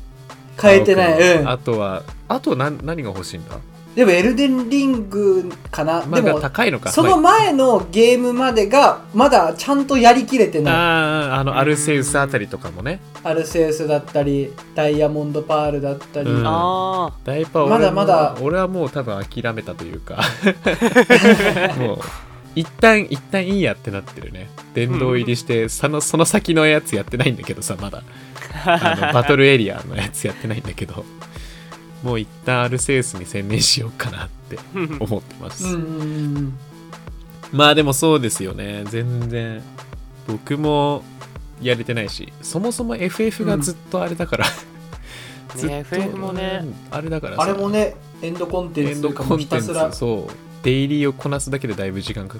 Speaker 3: 変えてない
Speaker 2: 青く
Speaker 3: うんん
Speaker 2: あとは、あと何何が欲しいんだ
Speaker 3: でもエルデンリングかな
Speaker 2: ま
Speaker 3: で
Speaker 2: あ、
Speaker 3: も
Speaker 2: 高いのか。
Speaker 3: その前のゲームまでがまだちゃんとやりきれてない
Speaker 2: あああのアルセウスあたりとかもね
Speaker 3: アルセウスだったりダイヤモンドパールだったり、
Speaker 2: うん
Speaker 1: あ
Speaker 2: だいぶ俺も
Speaker 3: まだまだ
Speaker 2: 俺はもう多分諦めたという かもう一旦一旦いいやってなってるね殿堂入りして、そのその先のやつやってないんだけどさまだあ のバトルエリアのやつやってないんだけどもう一旦アルセウスに専念しようかなって
Speaker 1: あうん
Speaker 2: 思ってます、
Speaker 3: うんうんうん
Speaker 2: まあでもそうですよね全然僕もやれてないしそもそも FF がずっとあれだから、ずっと
Speaker 1: FF もね
Speaker 2: うんあれだからさ
Speaker 3: あれもね、エンドコンテ
Speaker 2: エ
Speaker 3: ン
Speaker 2: ン
Speaker 3: ツ
Speaker 2: ド
Speaker 3: とか
Speaker 2: コ
Speaker 3: も
Speaker 2: ン
Speaker 3: ひ
Speaker 2: テン
Speaker 3: た
Speaker 2: ツ
Speaker 3: すら。
Speaker 2: そうデイリーをこなすだけでだいぶ時間が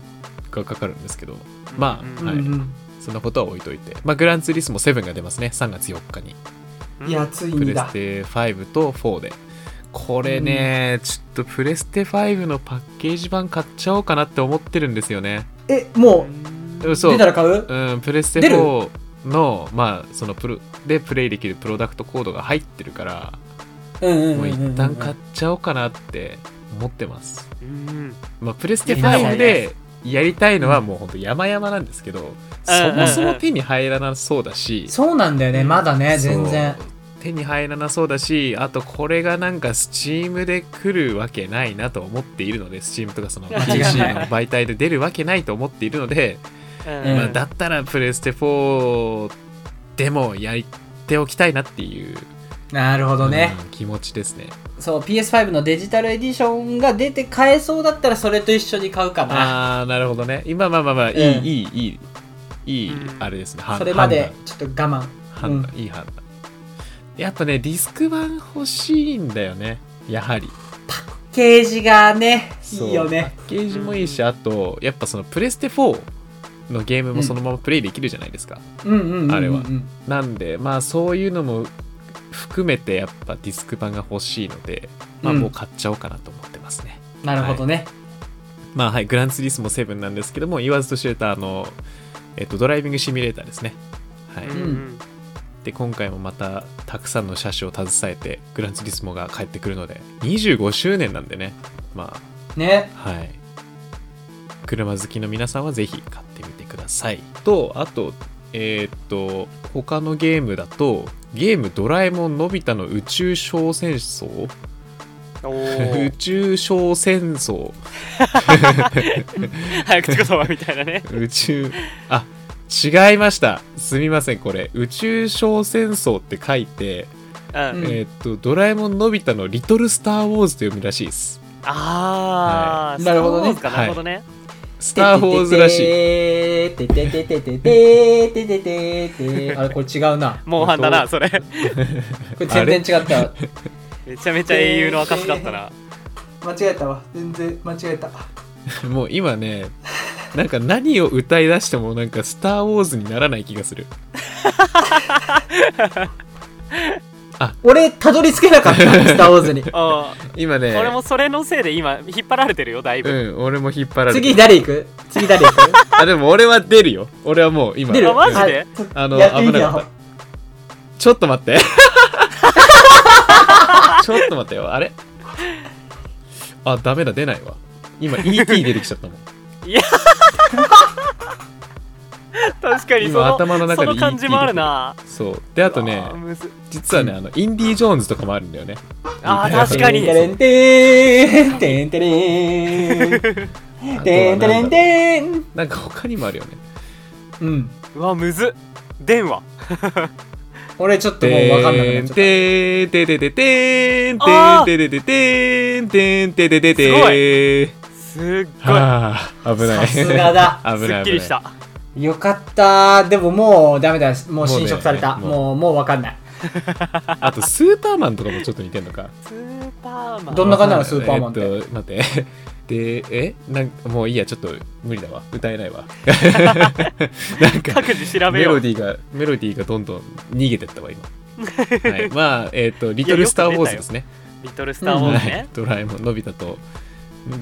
Speaker 2: がかかるんですけど まあ
Speaker 1: うん
Speaker 3: う
Speaker 1: うん
Speaker 3: ん
Speaker 2: はい
Speaker 3: うん
Speaker 2: そんなことは置いといて、まあ、グランツーリスモ7が出ますね3月4日に
Speaker 3: いや、つい
Speaker 2: プ
Speaker 3: に
Speaker 2: レ
Speaker 3: だ
Speaker 2: ス。テ5と4でこれね、ちょっとプレステ5のパッケージ版買っちゃおうかなって思ってるんですよね
Speaker 3: え、も
Speaker 2: うん
Speaker 3: う、
Speaker 2: そう
Speaker 3: 出たら買う
Speaker 2: うん、プレステ
Speaker 3: 出る
Speaker 2: 4のまあそのプロでプレイできるプロダクトコードが入ってるから
Speaker 3: うんうんうん
Speaker 2: もう
Speaker 3: うん
Speaker 2: 一
Speaker 3: うん。
Speaker 2: 旦買っちゃおうかなって思ってます、
Speaker 1: うん
Speaker 2: まあ、プレステ
Speaker 3: いやいや
Speaker 2: 5
Speaker 3: いや
Speaker 2: でやりたいのはもうほんと山々なんですけど、そもそも手に入らなそうだし、
Speaker 3: そうなんだよね、まだね、全然
Speaker 2: そ。う手に入らなそうだしあとこれがなんか Steam で来るわけないなと思っているので Steam とかその
Speaker 1: 間違いない
Speaker 2: PC の媒体で出るわけないと思っているので、
Speaker 1: うん
Speaker 2: まあ、だったらプレステ4でもやっておきたいなっていう、
Speaker 3: なるほどね。
Speaker 2: うん気持ちですね
Speaker 3: そう PS5 のデジタルエディションが出て買えそうだったらそれと一緒に買うかな
Speaker 2: ああーなるほどね今まあまあまあいい、
Speaker 3: うん
Speaker 2: いいいいい
Speaker 1: う
Speaker 2: い
Speaker 1: ん
Speaker 2: あれですねは
Speaker 3: それまでちょっと我
Speaker 2: 判断判断、いい判断やっぱねディスク版欲しいんだよねやはり
Speaker 3: 慢ケージがね
Speaker 2: そう
Speaker 3: いいよね
Speaker 2: パッケージもいいしあとやっぱそのプレステ4のゲームもそのままプレイできるじゃないですか、
Speaker 3: うんうんうんうんうん
Speaker 2: あれはなんでまあそういうのも含めてやっぱディスク版が欲しいのでまあ
Speaker 3: うん
Speaker 2: もう買っちゃおうかなと思ってますね、
Speaker 3: なるほどね、
Speaker 2: まあはいグランツーリスモ7なんですけども言わずと知れたあのえっとドライビングシミュレーターですねはい、
Speaker 1: うんうん
Speaker 2: で今回もまたたくさんの車種を携えてグランツーリスモが帰ってくるので25周年なんでねまあ
Speaker 3: ね
Speaker 2: はい。車好きの皆さんはぜひ買ってみてください。と、あと、えーっと、他のゲームだと、ゲームドラえもんのび太の宇宙小戦争
Speaker 1: お
Speaker 2: 宇
Speaker 1: ー
Speaker 2: 宙小戦争
Speaker 1: 早口言葉みたいなね
Speaker 2: 宇宙、あ、違いました。すみません、これ。宇宙小戦争って書いて、
Speaker 1: うん
Speaker 2: えーっと、ドラえもんのび太のリトルスターウォーズと読むらしいです。
Speaker 1: ああ
Speaker 3: なるほどね
Speaker 1: かなるほどね
Speaker 2: スターウォーズらしい。
Speaker 3: いててててててててててあれこれ違うな
Speaker 1: モンハンだなそれ
Speaker 3: これ全然違ったわ
Speaker 1: めちゃめちゃ英雄の証だったな
Speaker 3: 間違えたわ全然間違えた
Speaker 2: もう今ね、なんか何を歌い出してもなんかスター・ウォーズにならない気がする。
Speaker 3: 俺たどり着けなかったスター・ウォーズに
Speaker 1: あ
Speaker 2: 今ね、
Speaker 1: 俺もそれのせいで今引っ張られてるよだいぶ
Speaker 2: うん、俺も引っ張られて
Speaker 3: 次誰行く次誰行く
Speaker 2: あ、でも俺は出るよ。俺はもう今。
Speaker 3: 出る
Speaker 1: あマジで
Speaker 3: あちょ
Speaker 2: あの、
Speaker 3: やって
Speaker 2: 危
Speaker 3: みて
Speaker 2: な
Speaker 3: よ
Speaker 2: かった。ちょっと待って。 ちょっと待ってよ。あれあ、ダメだ、出ないわ。今 ET 出てきちゃったもん。
Speaker 1: 確かにそ
Speaker 2: 今
Speaker 1: の
Speaker 2: 頭の中
Speaker 1: その
Speaker 2: で
Speaker 1: 感じもあるな
Speaker 2: そう。で、あとね
Speaker 1: あー、むず
Speaker 2: 実はね、あの、インディ・ージョーンズとかもあるんだよね。
Speaker 1: あー確かに
Speaker 3: テンテンテンテレンテン
Speaker 2: あとは
Speaker 3: テンテレ
Speaker 2: な
Speaker 3: ン
Speaker 2: んだ
Speaker 3: テン
Speaker 2: なんか他にもあるよね。
Speaker 3: うん
Speaker 1: うわむず電話
Speaker 3: 俺ちょっともう分かんなくな
Speaker 2: て
Speaker 3: っ
Speaker 2: ん
Speaker 3: ちゃった
Speaker 2: てんててててん
Speaker 1: あー
Speaker 2: てんててててんてんてて
Speaker 1: す
Speaker 2: て
Speaker 1: ご
Speaker 2: て
Speaker 1: すっごい
Speaker 2: はあ危ない
Speaker 3: さすがだ
Speaker 2: 危
Speaker 1: す
Speaker 2: な
Speaker 1: っ
Speaker 2: い
Speaker 1: きりした
Speaker 3: よかったでももうダメだも
Speaker 2: も
Speaker 3: う侵
Speaker 2: う
Speaker 3: 食
Speaker 2: ね
Speaker 3: された
Speaker 2: もう
Speaker 3: もうもう分かんない
Speaker 2: 危ないあとスーパーマンとかもちょっと似てんのか
Speaker 1: スーパーマン
Speaker 3: どんな感じなのスーパーマンって
Speaker 2: えっと待ってでえなんもういいやちょっと無理だわ歌えないわなんか
Speaker 1: 各自調べ
Speaker 2: メ
Speaker 1: よ
Speaker 2: ロ
Speaker 1: う
Speaker 2: ディーがメロディーがどんどん逃げてったわ今はいまあえっと「リトル・スター・ウォーズ」ですね
Speaker 1: リトルスターウォーズ
Speaker 2: はい
Speaker 1: ね、
Speaker 2: ドラえもんのび太と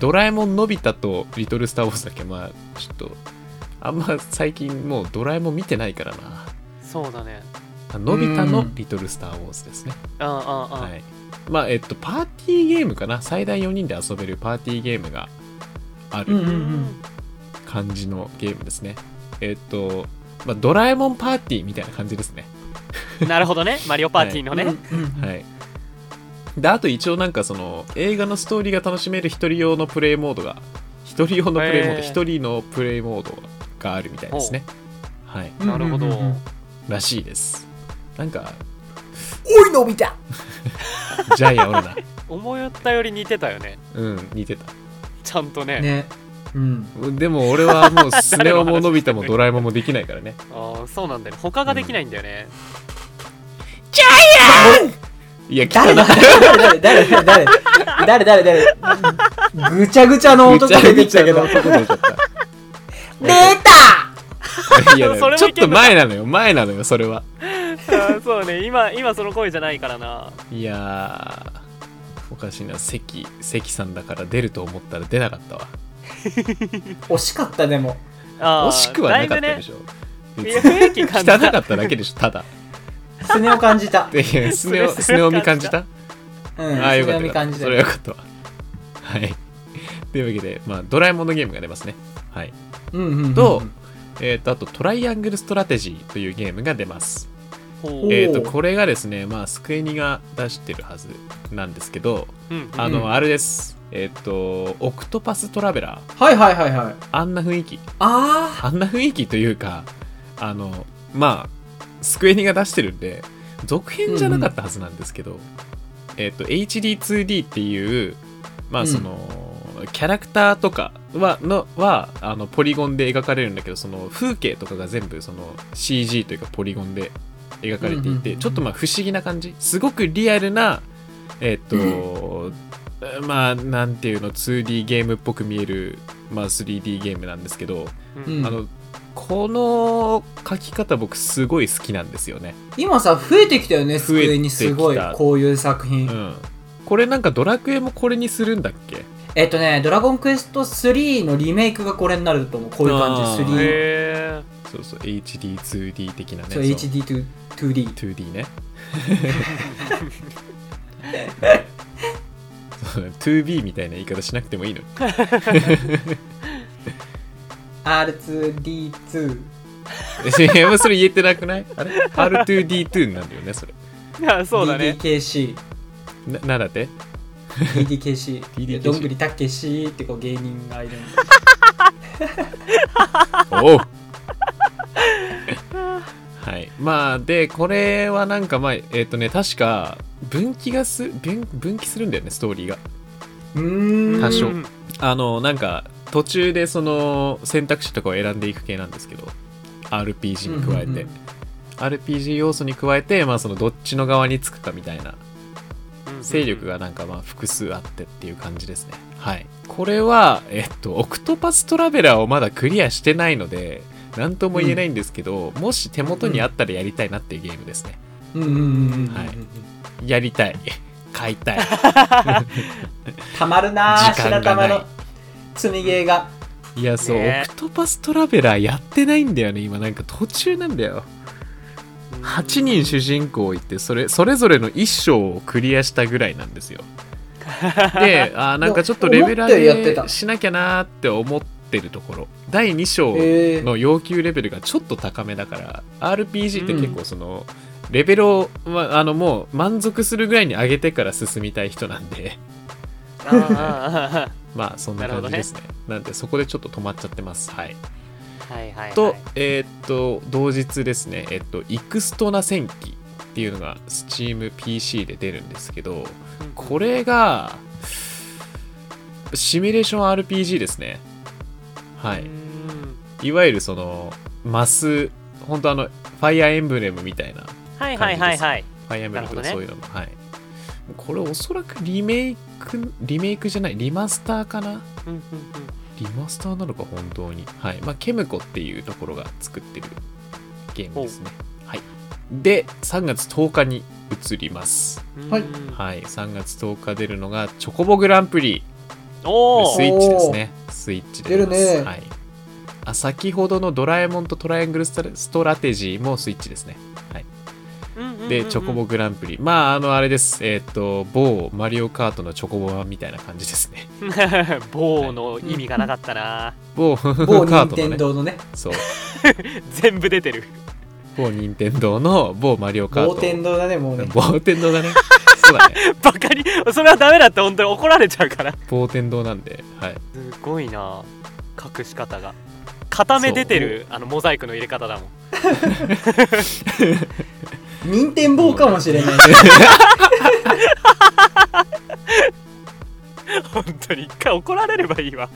Speaker 2: ドラえもんのび太とリトルスター・ウォーズだっけまあちょっとあんま最近もうドラえもん見てないからな
Speaker 1: そうだね
Speaker 2: あのび太の
Speaker 3: うん
Speaker 2: リトルスター・ウォーズですね、
Speaker 1: うんうんうん、
Speaker 2: はいまあえっとパーティーゲームかな最大4人で遊べるパーティーゲームがあ
Speaker 3: うんう
Speaker 2: る
Speaker 3: んうん
Speaker 2: 感じのゲームですね、えっと、まあ、ドラえもんパーティーみたいな感じですね
Speaker 1: なるほどねマリオパーティーのね、
Speaker 3: うんうん
Speaker 2: はいであと一応なんかその映画のストーリーが楽しめる一人用のプレイモードが一人用のプレイモード
Speaker 1: へー
Speaker 2: 一、人のプレイモードがあるみたいですねはい
Speaker 3: うん
Speaker 1: なるほど、
Speaker 3: うんうんうん
Speaker 2: らしいですなんか
Speaker 3: おいのび太
Speaker 2: ジャイアンおるな
Speaker 1: 思ったより似てたよね
Speaker 2: うん似てた
Speaker 1: ちゃんとね
Speaker 3: ねうん。
Speaker 2: でも俺はもうスネ夫ものび太もドラえもんもできないからね
Speaker 1: ああそうなんだよね他ができないんだよね、
Speaker 2: いや来た
Speaker 3: 誰
Speaker 2: な
Speaker 3: だ誰誰誰誰誰誰誰誰ぐちゃぐちゃの
Speaker 2: ぐ
Speaker 3: 男
Speaker 2: ちゃ
Speaker 3: 出て
Speaker 2: ぐ
Speaker 3: き
Speaker 2: ちゃ
Speaker 3: たけ
Speaker 2: の
Speaker 3: ど。出
Speaker 2: 男出ちゃった
Speaker 3: た
Speaker 2: いや
Speaker 1: それ
Speaker 2: ち
Speaker 1: も
Speaker 2: ょっ
Speaker 1: いけ
Speaker 2: と
Speaker 1: んのか
Speaker 2: 前なのよ前なのよそれは
Speaker 1: あーそうね今今その声じゃないからない
Speaker 2: やーおかしいな関関さんだから出ると思ったら出なかったわ
Speaker 3: 惜しかったでも。
Speaker 1: あー
Speaker 2: 惜しくはなかったで
Speaker 1: ょ
Speaker 2: しょ、
Speaker 1: い
Speaker 2: 別
Speaker 1: や
Speaker 2: に
Speaker 1: 雰囲気感
Speaker 2: 汚
Speaker 1: じた
Speaker 2: かっただけでしょただ
Speaker 3: スネを感じた。
Speaker 2: でスネ夫
Speaker 1: それ
Speaker 2: スネ夫に感じた
Speaker 3: うん。
Speaker 2: ああよかったよ
Speaker 3: スネ
Speaker 2: か
Speaker 3: を感
Speaker 2: った
Speaker 3: じ
Speaker 2: そ
Speaker 3: た
Speaker 2: れはよかったわはいというわけで、まあ、ドラえもんのゲームが出ますねはい
Speaker 3: うんうんうん。
Speaker 2: と,、えー、とあとトライアングルストラテジーというゲームが出ます
Speaker 1: ほ
Speaker 3: お
Speaker 1: う
Speaker 3: ー
Speaker 2: えー、とこれがですね、まあ、スクエニが出してるはずなんですけど
Speaker 1: うん
Speaker 2: あ
Speaker 3: う
Speaker 2: の、
Speaker 3: ん
Speaker 2: あれですえっ、とオクトパストラベラー
Speaker 3: はいはいはいはい。
Speaker 2: あんな雰囲気
Speaker 3: あ
Speaker 2: あんな雰囲気というかあのまあスクエニが出してるんで続編じゃなかったはずなんですけど、えっ、と HD2D っていうま
Speaker 3: う
Speaker 2: あ
Speaker 3: ん
Speaker 2: その、キャラクターとかはのはあのポリゴンで描かれるんだけどその風景とかが全部その CG というかポリゴンで描かれてい
Speaker 3: うんうんう
Speaker 2: て、
Speaker 3: ん
Speaker 2: ちょっとまあ不思議な感じすごくリアルなえっ、と、まあなんていうの 2D ゲームっぽく見える、まあ、3D ゲームなんですけど、
Speaker 1: う
Speaker 3: うん
Speaker 1: ん
Speaker 2: あのこの書き方僕すごい好きなんですよね、
Speaker 3: ー今さ、増えてきたよね、スクエニ。
Speaker 2: 増えてきた
Speaker 3: すごい。こういう作
Speaker 2: う
Speaker 3: 品。
Speaker 2: ん、これなんかドラクエもこれにするんだっけ
Speaker 3: えっとね、ドラゴンクエスト3のリメイクがこれになると思う。こういう感じ、
Speaker 2: あー
Speaker 3: 3。
Speaker 1: へ
Speaker 2: そうそう HD2D 的なね
Speaker 3: そう、
Speaker 2: そう
Speaker 3: HD to 2D。
Speaker 2: 2D ねそう 2B みたいな言い方しなくてもいいの
Speaker 3: R2D2。
Speaker 2: いやもうそれ言えてなくないあれ R2D2 になるよねそれ
Speaker 1: えいや そうだね
Speaker 3: DDKC。
Speaker 2: ななんだって
Speaker 3: DDKC。
Speaker 2: DDKC
Speaker 3: どんぐりたけしってこう芸人がいるんだ。
Speaker 2: お うはいまあでこれはなんかまあえっ、とね確か分岐がす分分岐するんだよねストーリーが
Speaker 3: うーん。
Speaker 2: 多少
Speaker 1: うん
Speaker 2: あのなんか途中でその選択肢とかを選んでいく系なんですけど RPG に加えて、
Speaker 3: うんうんうん
Speaker 2: RPG 要素に加えてまあそのどっちの側につくかみたいな
Speaker 1: うん
Speaker 2: 勢力がなんかまあ複数あってっていう感じですねはいこれはえっとオクトパストラベラーをまだクリアしてないので何とも言えないんですけど、もし手元にあったらやりたいなっていうゲームですね
Speaker 3: うんうんうんうんうん。
Speaker 2: はいやりたい 買いたい
Speaker 3: たまるなー、
Speaker 2: 時間がない
Speaker 3: 白玉の積みゲーが。
Speaker 2: いやそう、
Speaker 1: ね
Speaker 2: オクトパストラベラーやってないんだよね今なんか途中なんだよ8人主人公いてそれそれぞれの1章をクリアしたぐらいなんですよであーなんかちょっとレベル
Speaker 3: 思ったよりやって
Speaker 2: 上
Speaker 3: た
Speaker 2: げしなきゃなーって思ってるところ第2章
Speaker 3: へー
Speaker 2: の要求レベルがちょっと高めだから RPG って結構その、レベルを、ま、あのもう満足するぐらいに上げてから進みたい人なんで
Speaker 1: あーあーあ
Speaker 2: まあそんな感じですねなんでそこでちょっと止まっちゃってますはい
Speaker 1: ーはいはいはい
Speaker 2: と、えーっと、同日ですね、えっと、イクストナ戦記っていうのが SteamPC で出るんですけど、
Speaker 1: うん
Speaker 2: これが、シミュレーション RPG ですね。は
Speaker 1: う
Speaker 2: い。
Speaker 1: ん
Speaker 2: いわゆるその、マス、本当あの、ファイアーエンブレムみたいな、フ
Speaker 1: はいはいはいはい
Speaker 2: ァイアーエンブレムと
Speaker 1: な
Speaker 2: か
Speaker 1: る
Speaker 2: そ
Speaker 1: ほ
Speaker 2: ういうのも、はい。これおそらくリメイク、リメイクじゃない、リマスターかな
Speaker 1: うんうん
Speaker 2: リマスターなのか本当にはいまあケムコっていうところが作ってるゲームですねはいで3月10日に移ります
Speaker 1: うん
Speaker 3: はい
Speaker 1: うん
Speaker 2: はい3月10日出るのがチョコボグランプリ
Speaker 1: お
Speaker 2: ス
Speaker 1: ー
Speaker 2: イッチですねスイッチで出ます
Speaker 3: 出るね
Speaker 2: はいあ先ほどのドラえもんとトライアングルストラストラテジーもスイッチですね
Speaker 1: うんうんうん
Speaker 2: でチョコボグランプリまああのあれですえっ、と某マリオカートのチョコボ版みたいな感じですね
Speaker 1: 棒の意味がなかったな
Speaker 2: 某 カ
Speaker 3: 某任
Speaker 2: ートの
Speaker 3: 天
Speaker 2: ね
Speaker 3: 堂のね、
Speaker 2: そう
Speaker 1: 全部出てる
Speaker 2: 某任天堂の某マリオカート
Speaker 3: 某天堂だね、もうね。
Speaker 2: 冒天堂がね そうだね
Speaker 1: バカにそれはダメだって本当に怒られちゃうから
Speaker 2: 冒天堂なんで、はい、
Speaker 1: すごいな隠し方が片目出てるあのモザイクの入れ方だもん
Speaker 3: 任天坊かもしれない。
Speaker 1: 本当に一回怒られればいいわ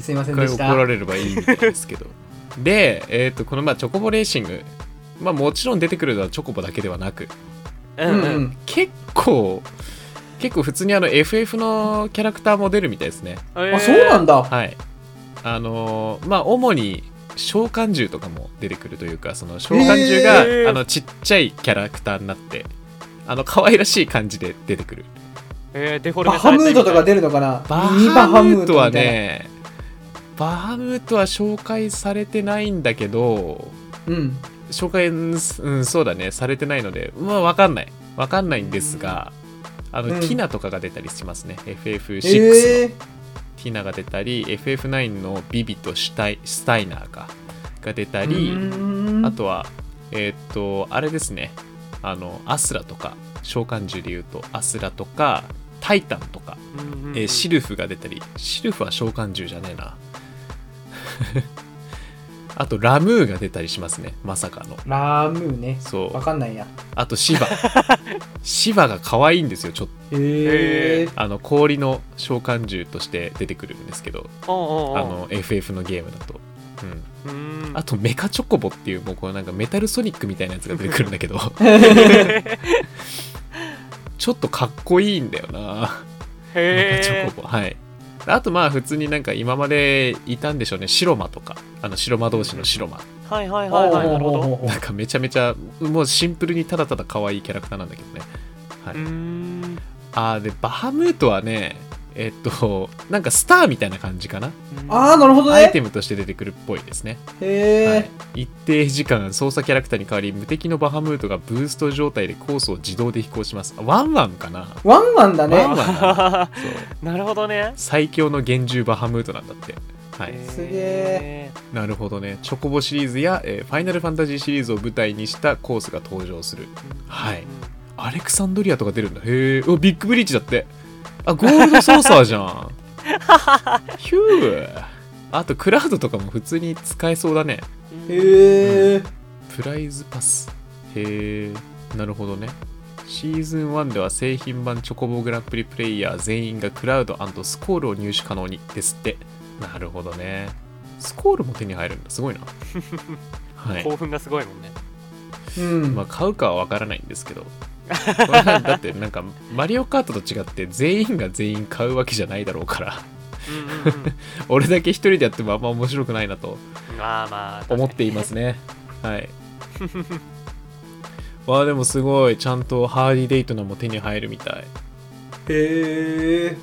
Speaker 3: すいませんでした
Speaker 2: 一回怒られればいいみたいですけどで、えー、とこのまあチョコボレーシング、まあ、もちろん出てくるのはチョコボだけではなく
Speaker 1: うんうん、うん、
Speaker 2: 結構結構普通にあの FF のキャラクターも出るみたいですね
Speaker 1: えー
Speaker 3: あ、そうなんだ。
Speaker 2: はいあのーまあ主に召喚獣とかも出てくるというかその召喚獣が、
Speaker 1: えー
Speaker 2: あのちっちゃいキャラクターになってあの可愛らしい感じで出てくる
Speaker 1: えーデフォル
Speaker 3: バ
Speaker 1: メさ
Speaker 3: ハ
Speaker 1: れ
Speaker 3: ム
Speaker 1: て
Speaker 3: ー
Speaker 1: る
Speaker 3: トとか出るのかな
Speaker 2: バ
Speaker 3: ミニバ
Speaker 2: ハムートは
Speaker 3: みたいな。
Speaker 2: ねバハムートは紹介されてないんだけど
Speaker 3: うん。
Speaker 2: 紹介、うんうん、そうだねされてないのでまあ分かんない分かんないんですがあの、
Speaker 3: うん
Speaker 2: ティナとかが出たりしますね FF6 の、
Speaker 3: えー、
Speaker 2: ティナが出たり FF9 のビビとシュタイスタイナーかが出た
Speaker 3: う
Speaker 2: り、
Speaker 3: ーん
Speaker 2: あとはえーっとあれですねあのアスラとか召喚獣でいうとアスラとかタイタンとか
Speaker 1: うんうんうん
Speaker 2: えーシルフが出たりシルフは召喚獣じゃねえな あとラムーが出たりしますねまさかの
Speaker 3: ラムーね。
Speaker 2: そう
Speaker 3: わかんないや。
Speaker 2: あと シバシバが可愛いんですよちょっと
Speaker 3: へえ。
Speaker 2: あの氷の召喚獣として出てくるんですけど
Speaker 1: おうおうおう
Speaker 2: あの FF のゲームだと、うん、
Speaker 1: うーん
Speaker 2: あとメカチョコボっていうもうこうなんかメタルソニックみたいなやつが出てくるんだけ どちょっとかっこいいんだよな
Speaker 1: へ
Speaker 2: チ ョ
Speaker 1: え
Speaker 2: コボはいあとまあ普通になんか今までいたんでしょうね白間とかあの白間同士の白間
Speaker 1: はいはいはいはいなるほど
Speaker 3: おうおうおうおう
Speaker 2: なんかめちゃめちゃもうシンプルにただただ可愛いキャラクターなんだけどねはいう
Speaker 1: ーん
Speaker 2: あーでバハムートはねえっとなんかスターみたいな感じかな
Speaker 3: ああ、なるほど
Speaker 2: アイ
Speaker 3: ね。
Speaker 2: テムとして出てくるっぽいですね、
Speaker 3: へ
Speaker 2: は
Speaker 3: え
Speaker 2: い。、一定時間操作キャラクターに代わり無敵のバハムートがブースト状態でコースを自動で飛行しますあワンワンかな
Speaker 3: ワンワンだ
Speaker 2: ワンワ
Speaker 3: ね
Speaker 2: ン。だなそ う
Speaker 1: なるほどね
Speaker 2: 最強の厳重バハムートなんだってはい
Speaker 3: すげ
Speaker 1: え
Speaker 2: なるほどね。チョコボシリーズや、えーファイナルファンタジーシリーズを舞台にしたコースが登場する。はいアレクサンドリアとか出るんだ。へえ。おビッグブリッジだって。あ、ゴールドソーサーじゃん。ヒュー。あと、クラウドとかも普通に使えそうだね。
Speaker 3: へえ。
Speaker 2: プライズパス。へえ。なるほどね。シーズン1では製品版チョコボグランプリプレイヤー全員がクラウドスコールを入手可能にですって。なるほどね。スコールも手に入るんだ。すごいな。はい。
Speaker 1: 興奮がすごいもんね
Speaker 3: うん。
Speaker 2: まあ、買うかは分からないんですけ どこれはだってなんかマリオカートと違って全員が全員買うわけじゃないだろうから
Speaker 1: うんうんうん
Speaker 2: 俺だけ一人でやってもあんま面白くないなと
Speaker 1: まあまあ
Speaker 2: 思っていますね はいわあでもすごいちゃんとハーディ・デイトナも手に入るみたい
Speaker 3: へえ。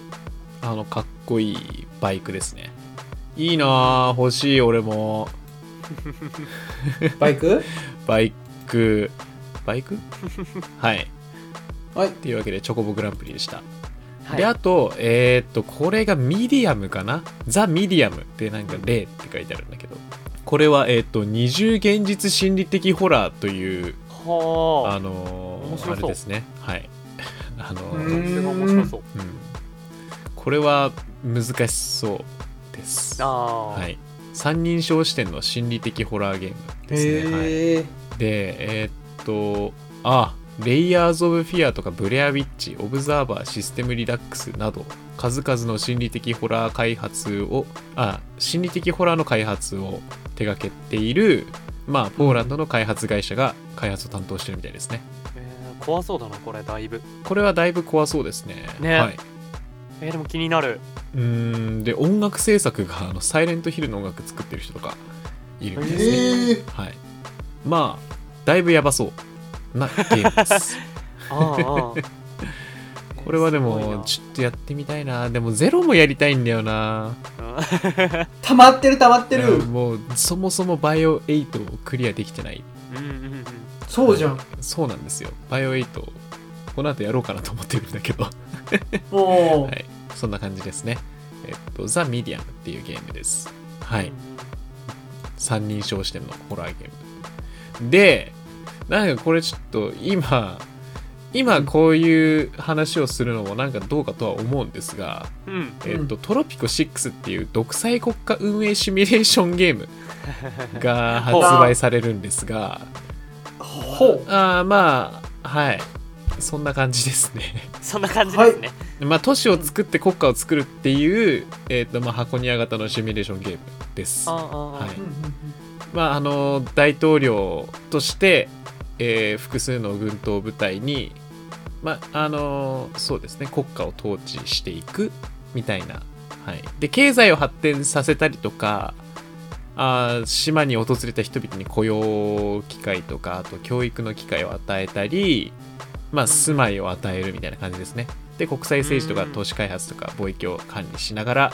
Speaker 2: あのかっこいいバイクですねいいなあ欲しい俺も
Speaker 3: バイク
Speaker 2: バイクバイ クはい
Speaker 3: はい。
Speaker 2: というわけでチョコボグランプリでした
Speaker 1: はい
Speaker 2: であとえーっとこれがミディアムかなザ・ミディアムってなんか「例」って書いてあるんだけどこれはえーっと二重現実心理的ホラーという
Speaker 1: はあ
Speaker 2: あのー
Speaker 1: 面白そう
Speaker 2: あれですねはい あのー
Speaker 3: う
Speaker 1: そ
Speaker 2: うん
Speaker 3: ん
Speaker 1: れが面白そう
Speaker 2: これは難しそうです
Speaker 1: あ
Speaker 2: は
Speaker 1: あはい
Speaker 2: い三人称視点の心理的ホラーゲームですね、はい、
Speaker 3: へえ。
Speaker 2: でえーっとあレイヤーズ・オブ・フィアとかブレア・ウィッチオブザーバーシステム・リラックスなど数々の心理的ホラー開発をあ心理的ホラーの開発を手掛けているまあポーランドの開発会社が開発を担当してるみたいですね
Speaker 1: えー怖そうだなこれだいぶ
Speaker 2: これはだいぶ怖そうですね
Speaker 1: ね
Speaker 2: はい、
Speaker 1: えーでも気にな る
Speaker 2: うーんで音楽制作があ のサイレントヒルの音楽作ってる人とかいるみたいですね、
Speaker 3: へえ。
Speaker 2: はいまあだいぶやばそうなゲームです
Speaker 1: ああ
Speaker 2: これはで
Speaker 1: えーすごいな
Speaker 2: もちょっとやってみたいなでもゼロもやりたいんだよな
Speaker 3: 溜まってる溜まって
Speaker 2: う
Speaker 3: る
Speaker 2: ん。もうそもそもバイオ8をクリアできてない
Speaker 1: うんうんうんうん
Speaker 3: そうじゃん。
Speaker 2: そうなんですよバイオ8をこの後やろうかなと思ってるんだけど は
Speaker 3: も
Speaker 2: いそんな感じですねえっとザ・ミディアムっていうゲームですはい三人称視点のホラーゲームでなんかこれちょっと今今こういう話をするのもなんかどうかとは思うんですが
Speaker 1: うん
Speaker 2: えっとトロピコ6っていう独裁国家運営シミュレーションゲームが発売されるんですが
Speaker 3: う。ほう。
Speaker 2: あーまあはいそんな感じですね
Speaker 1: そんな感じですね
Speaker 2: まあ、都市を作って国家を作るっていう、えーとまあ、箱庭型のシミュレーションゲームです。
Speaker 1: あああ
Speaker 2: はいまああの大統領として、えー複数の軍頭部隊に、まああのそうですね、国家を統治していくみたいな、はい、で経済を発展させたりとかあー島に訪れた人々に雇用機会とかあと教育の機会を与えたり、まあ、住まいを与えるみたいな感じですね。で国際政治とか
Speaker 1: うん
Speaker 2: 都市開発とか貿易を管理しながら、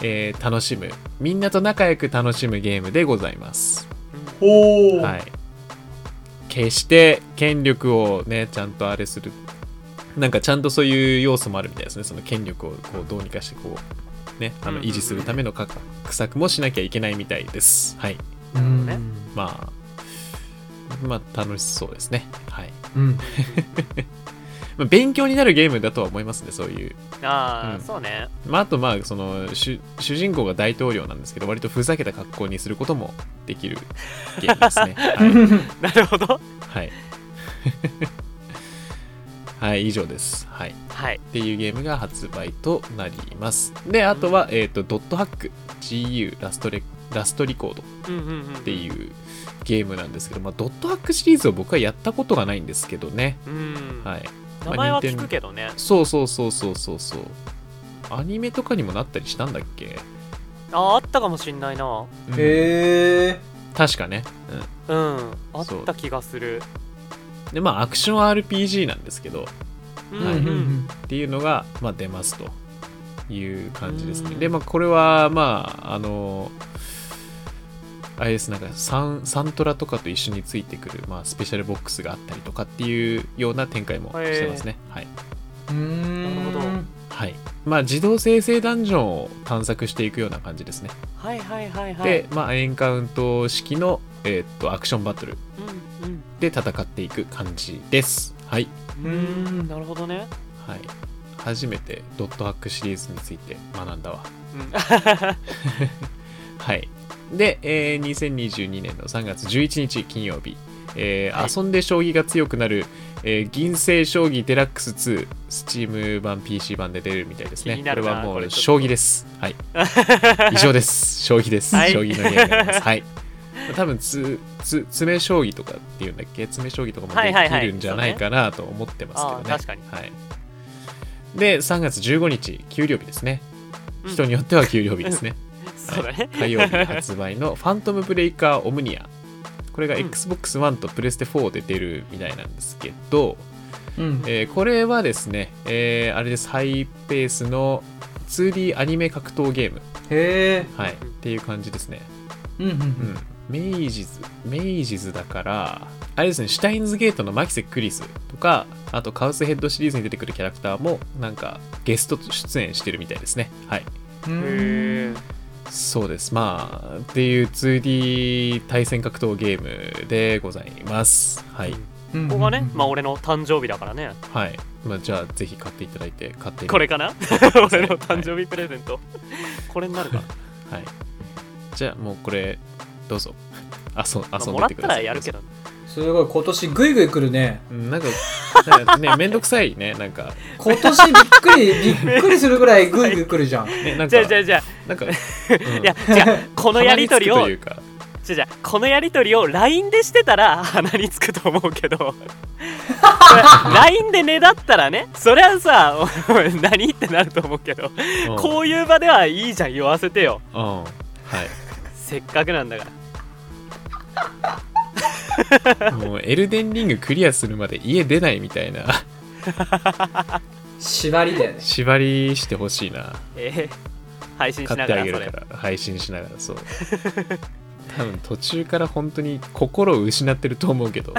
Speaker 2: えー楽しむみんなと仲良く楽しむゲームでございます。
Speaker 3: おお、
Speaker 2: はい、決して権力をねちゃんとあれするなんかちゃんとそういう要素もあるみたいですねその権力をこうどうにかしてこうねあ
Speaker 1: うんう
Speaker 2: の
Speaker 1: んうん
Speaker 2: 維持するためのか画策もしなきゃいけないみたいですはい
Speaker 3: うん
Speaker 1: なるほどね
Speaker 2: まあまあ楽しそうですねはい、
Speaker 3: うん
Speaker 2: まあ、勉強になるゲームだとは思いますねそういう
Speaker 1: ああ、
Speaker 2: うん
Speaker 1: そうね
Speaker 2: まああとまあその主主人公が大統領なんですけど割とふざけた格好にすることもできるゲームです ね、はい、
Speaker 1: なるほど
Speaker 2: はい。 はい、以上です。はい。っ
Speaker 1: はい
Speaker 2: ていうゲームが発売となります。で、あとは、えっ、と、ドットハック GU ラストレラストリコードっ
Speaker 1: うんうんうんって
Speaker 2: いうゲームなんですけど、まあ、ドットハックシリーズを僕はやったことがないんですけどね。
Speaker 1: うん、
Speaker 2: はい。
Speaker 1: 名前は聞
Speaker 2: まあ
Speaker 1: くけどね
Speaker 2: そうそうそうそうそうそう。アニメとかにもなったりしたんだっけ、
Speaker 1: ああったかもしんないな
Speaker 2: うん
Speaker 3: へえ
Speaker 2: 確かね。うん
Speaker 1: うんあっ
Speaker 2: そう
Speaker 1: た気がする
Speaker 2: で、まあ、アクション RPG なんですけど、
Speaker 1: う
Speaker 2: はい
Speaker 1: んうん
Speaker 2: っていうのが、まあ、出ますという感じですね。
Speaker 1: うん
Speaker 2: で、まあ、これは、まあ、あの、あれです、なんかサン、サントラとかと一緒についてくる、まあ、スペシャルボックスがあったりとかっていうような展開もしてますね。はい。
Speaker 3: うん
Speaker 1: なるほど
Speaker 2: はい。まあ、自動生成ダンジョンを探索していくような感じですね。
Speaker 1: はいはいはいはい
Speaker 2: で、まあ、エンカウント式の、えーっと、アクションバトル
Speaker 1: うん
Speaker 2: で戦っていく感じです。はい。
Speaker 1: うんうんなるほどね
Speaker 2: はい。初めてドットハックシリーズについて学んだわ。
Speaker 1: うん
Speaker 2: はい。で、えー2022年の3月11日金曜日、えー
Speaker 1: はい
Speaker 2: 遊んで将棋が強くなる、えー銀星将棋デラックス2、スチーム版、PC 版で出るみたいです
Speaker 1: 気
Speaker 2: ね。
Speaker 1: にな
Speaker 2: これ
Speaker 1: るな
Speaker 2: はも
Speaker 1: こ
Speaker 2: う
Speaker 1: れちょっと
Speaker 2: 将棋です。はい。以上です。将棋です。
Speaker 1: はい
Speaker 2: 将棋のゲームです。はい。多分つつ詰将棋とかっていうんだっけ詰将棋とかも
Speaker 1: はいはい
Speaker 2: で
Speaker 1: はい
Speaker 2: きるんじゃないかなと思ってますけどね。
Speaker 1: あー確かに
Speaker 2: はい、で、3月15日、給料日ですね。
Speaker 1: うん
Speaker 2: 人によっては給料日ですね。
Speaker 1: そうだね
Speaker 2: 火曜日発売の「ファントムブレイカーオムニア」これが
Speaker 1: うん
Speaker 2: XBOX One とプレステ4で出るみたいなんですけど、
Speaker 3: うん
Speaker 2: えーこれはですね、えーあれですハイペースの 2D アニメ格闘ゲーム、
Speaker 3: へえ
Speaker 2: はい、っ
Speaker 1: うん
Speaker 2: ていう感じですね、
Speaker 3: うんうんう
Speaker 2: うんん、メイジズメイジズだからあれですねシュタインズゲートのマキセ・クリスとかあとカウスヘッドシリーズに出てくるキャラクターもなんかゲスト出演してるみたいですねはい
Speaker 1: へえ
Speaker 2: そうです。まあ、っていう 2D 対戦格闘ゲームでございます。はい。
Speaker 3: うん
Speaker 1: ここがねまあ俺の誕生日だからね
Speaker 2: はい。まあ、じゃあ、ぜひ買っていただいて、買ってみて
Speaker 1: これかな 俺の誕生日プレゼントこれになる か
Speaker 2: はい。じゃあ、もうこれ、どうぞ。 あ、そう、
Speaker 1: まあ
Speaker 2: 遊ん
Speaker 1: も
Speaker 2: で
Speaker 1: ら
Speaker 2: っ
Speaker 1: って
Speaker 2: く
Speaker 1: た
Speaker 2: ださ
Speaker 1: ら
Speaker 2: い。
Speaker 1: やるけどね
Speaker 3: すごい今年グイグイ来るね
Speaker 2: うん。なんか、なん かね、めんどくさいね。なんか、
Speaker 3: 今年びっくりびっくりするぐらいグイグイ来るじゃん
Speaker 2: ね、なん
Speaker 1: じ
Speaker 2: か、
Speaker 1: ゃあじゃあじゃあ
Speaker 2: な んか、
Speaker 1: いや じゃあこ
Speaker 2: こ
Speaker 1: のやりとりを
Speaker 2: いうか、
Speaker 1: じゃあじゃあこのやりとりを LINE でしてたら 鼻につくと思う けどこれ LINE でねだったらねそりゃさ おお何ってなると思うけど
Speaker 2: うん、
Speaker 1: こういう場ではいいじゃん言わせてよ
Speaker 2: うん。はい。
Speaker 1: せっかくなんだから
Speaker 2: もう、エルデンリングクリアするまで家出ないみたいな
Speaker 3: 縛りだよね
Speaker 2: 縛りしてほしいな。
Speaker 1: えー配信し
Speaker 2: 買
Speaker 1: な
Speaker 2: って
Speaker 1: がら
Speaker 2: あげ
Speaker 1: そ
Speaker 2: る
Speaker 1: れ
Speaker 2: から配信しながらそう多分途中から本当に心を失ってると思うけ ど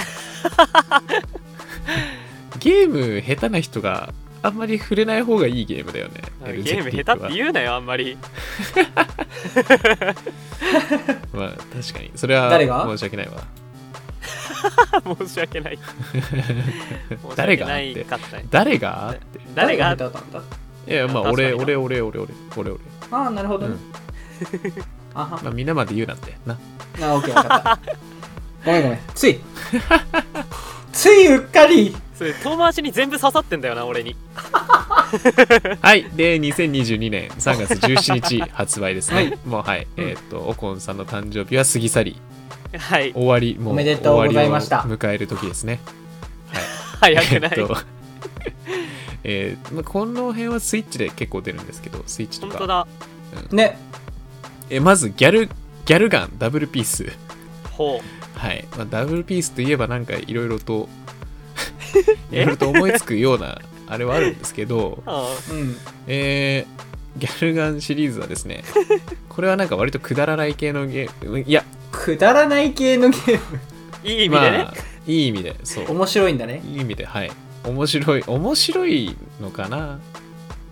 Speaker 2: ゲーム下手な人があんまり触れない方がいいゲームだよね
Speaker 1: ゲーム下手って言うなよあんまり
Speaker 2: うまあ確かにそれは
Speaker 3: 誰が
Speaker 2: 申し訳ないわ
Speaker 1: 申し訳ない申し
Speaker 2: 誰
Speaker 1: 訳
Speaker 2: が
Speaker 1: ないかったね
Speaker 2: 誰がって
Speaker 1: 誰が
Speaker 3: 誰が下手だったんだ
Speaker 2: いやまあ
Speaker 1: 確かに
Speaker 2: 俺
Speaker 1: な
Speaker 2: 俺俺俺俺俺俺、
Speaker 3: ああなるほど
Speaker 2: う
Speaker 3: ね
Speaker 2: ん
Speaker 3: あは
Speaker 2: まあ、みんなまで言うなんてな
Speaker 3: あ、オッケー、分かった。ごめんごめん。つい。ついうっかり。
Speaker 1: それ遠回しに全部刺さってんだよな俺に
Speaker 2: はいで2022年3月17日発売ですねもうはい、えーっとオコンさんの誕生日は過ぎ去り
Speaker 1: はい
Speaker 2: 終わりもう
Speaker 3: おめでとうございました
Speaker 2: 終わりを迎える時ですね
Speaker 1: 早くない
Speaker 2: えっと えーまあ、この辺はスイッチで結構出るんですけどスイッチと
Speaker 1: 本当
Speaker 2: か
Speaker 1: だ
Speaker 3: ね
Speaker 2: えーまずギャルギャルガンダブルピース
Speaker 1: ほ
Speaker 2: はい、まあ、ダブルピースといえばなんかいろいろと い
Speaker 1: え
Speaker 2: ろいろと思いつくようなあれはあるんですけど
Speaker 1: う、あ
Speaker 3: うん
Speaker 2: えーギャルガンシリーズはで すねこれはなんか割とくだらない系のゲームいや
Speaker 3: くだらない系のゲーム
Speaker 1: ーいい意味でね、
Speaker 2: まあ、いい意味でそう
Speaker 3: 面白いんだね
Speaker 2: いい意味ではい面白い面白いのかな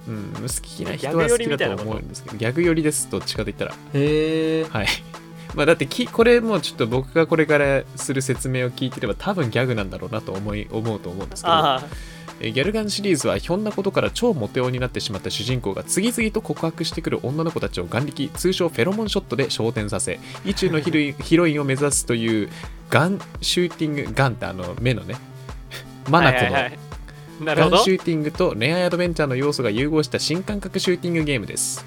Speaker 2: うん好きな人は好きだと思うんですけどギャグ寄りですどっちかと言ったら
Speaker 3: へえ
Speaker 2: はい まあだってきこれもうちょっと僕がこれからする説明を聞いてれば多分ギャグなんだろうなと思い思うと思うんですけど
Speaker 1: ああ
Speaker 2: えーギャルガンシリーズはひょんなことから超モテ男になってしまった主人公が次々と告白してくる女の子たちを眼力通称フェロモンショットで昇天させ意中のヒロイン ヒロインを目指すというガンシューティングガンってあの目のねマナコの
Speaker 1: いい、なる
Speaker 2: ガ
Speaker 1: ほ
Speaker 2: ン
Speaker 1: ど
Speaker 2: シューティングと恋愛アドベンチャーの要素が融合した新感覚シューティングゲームです。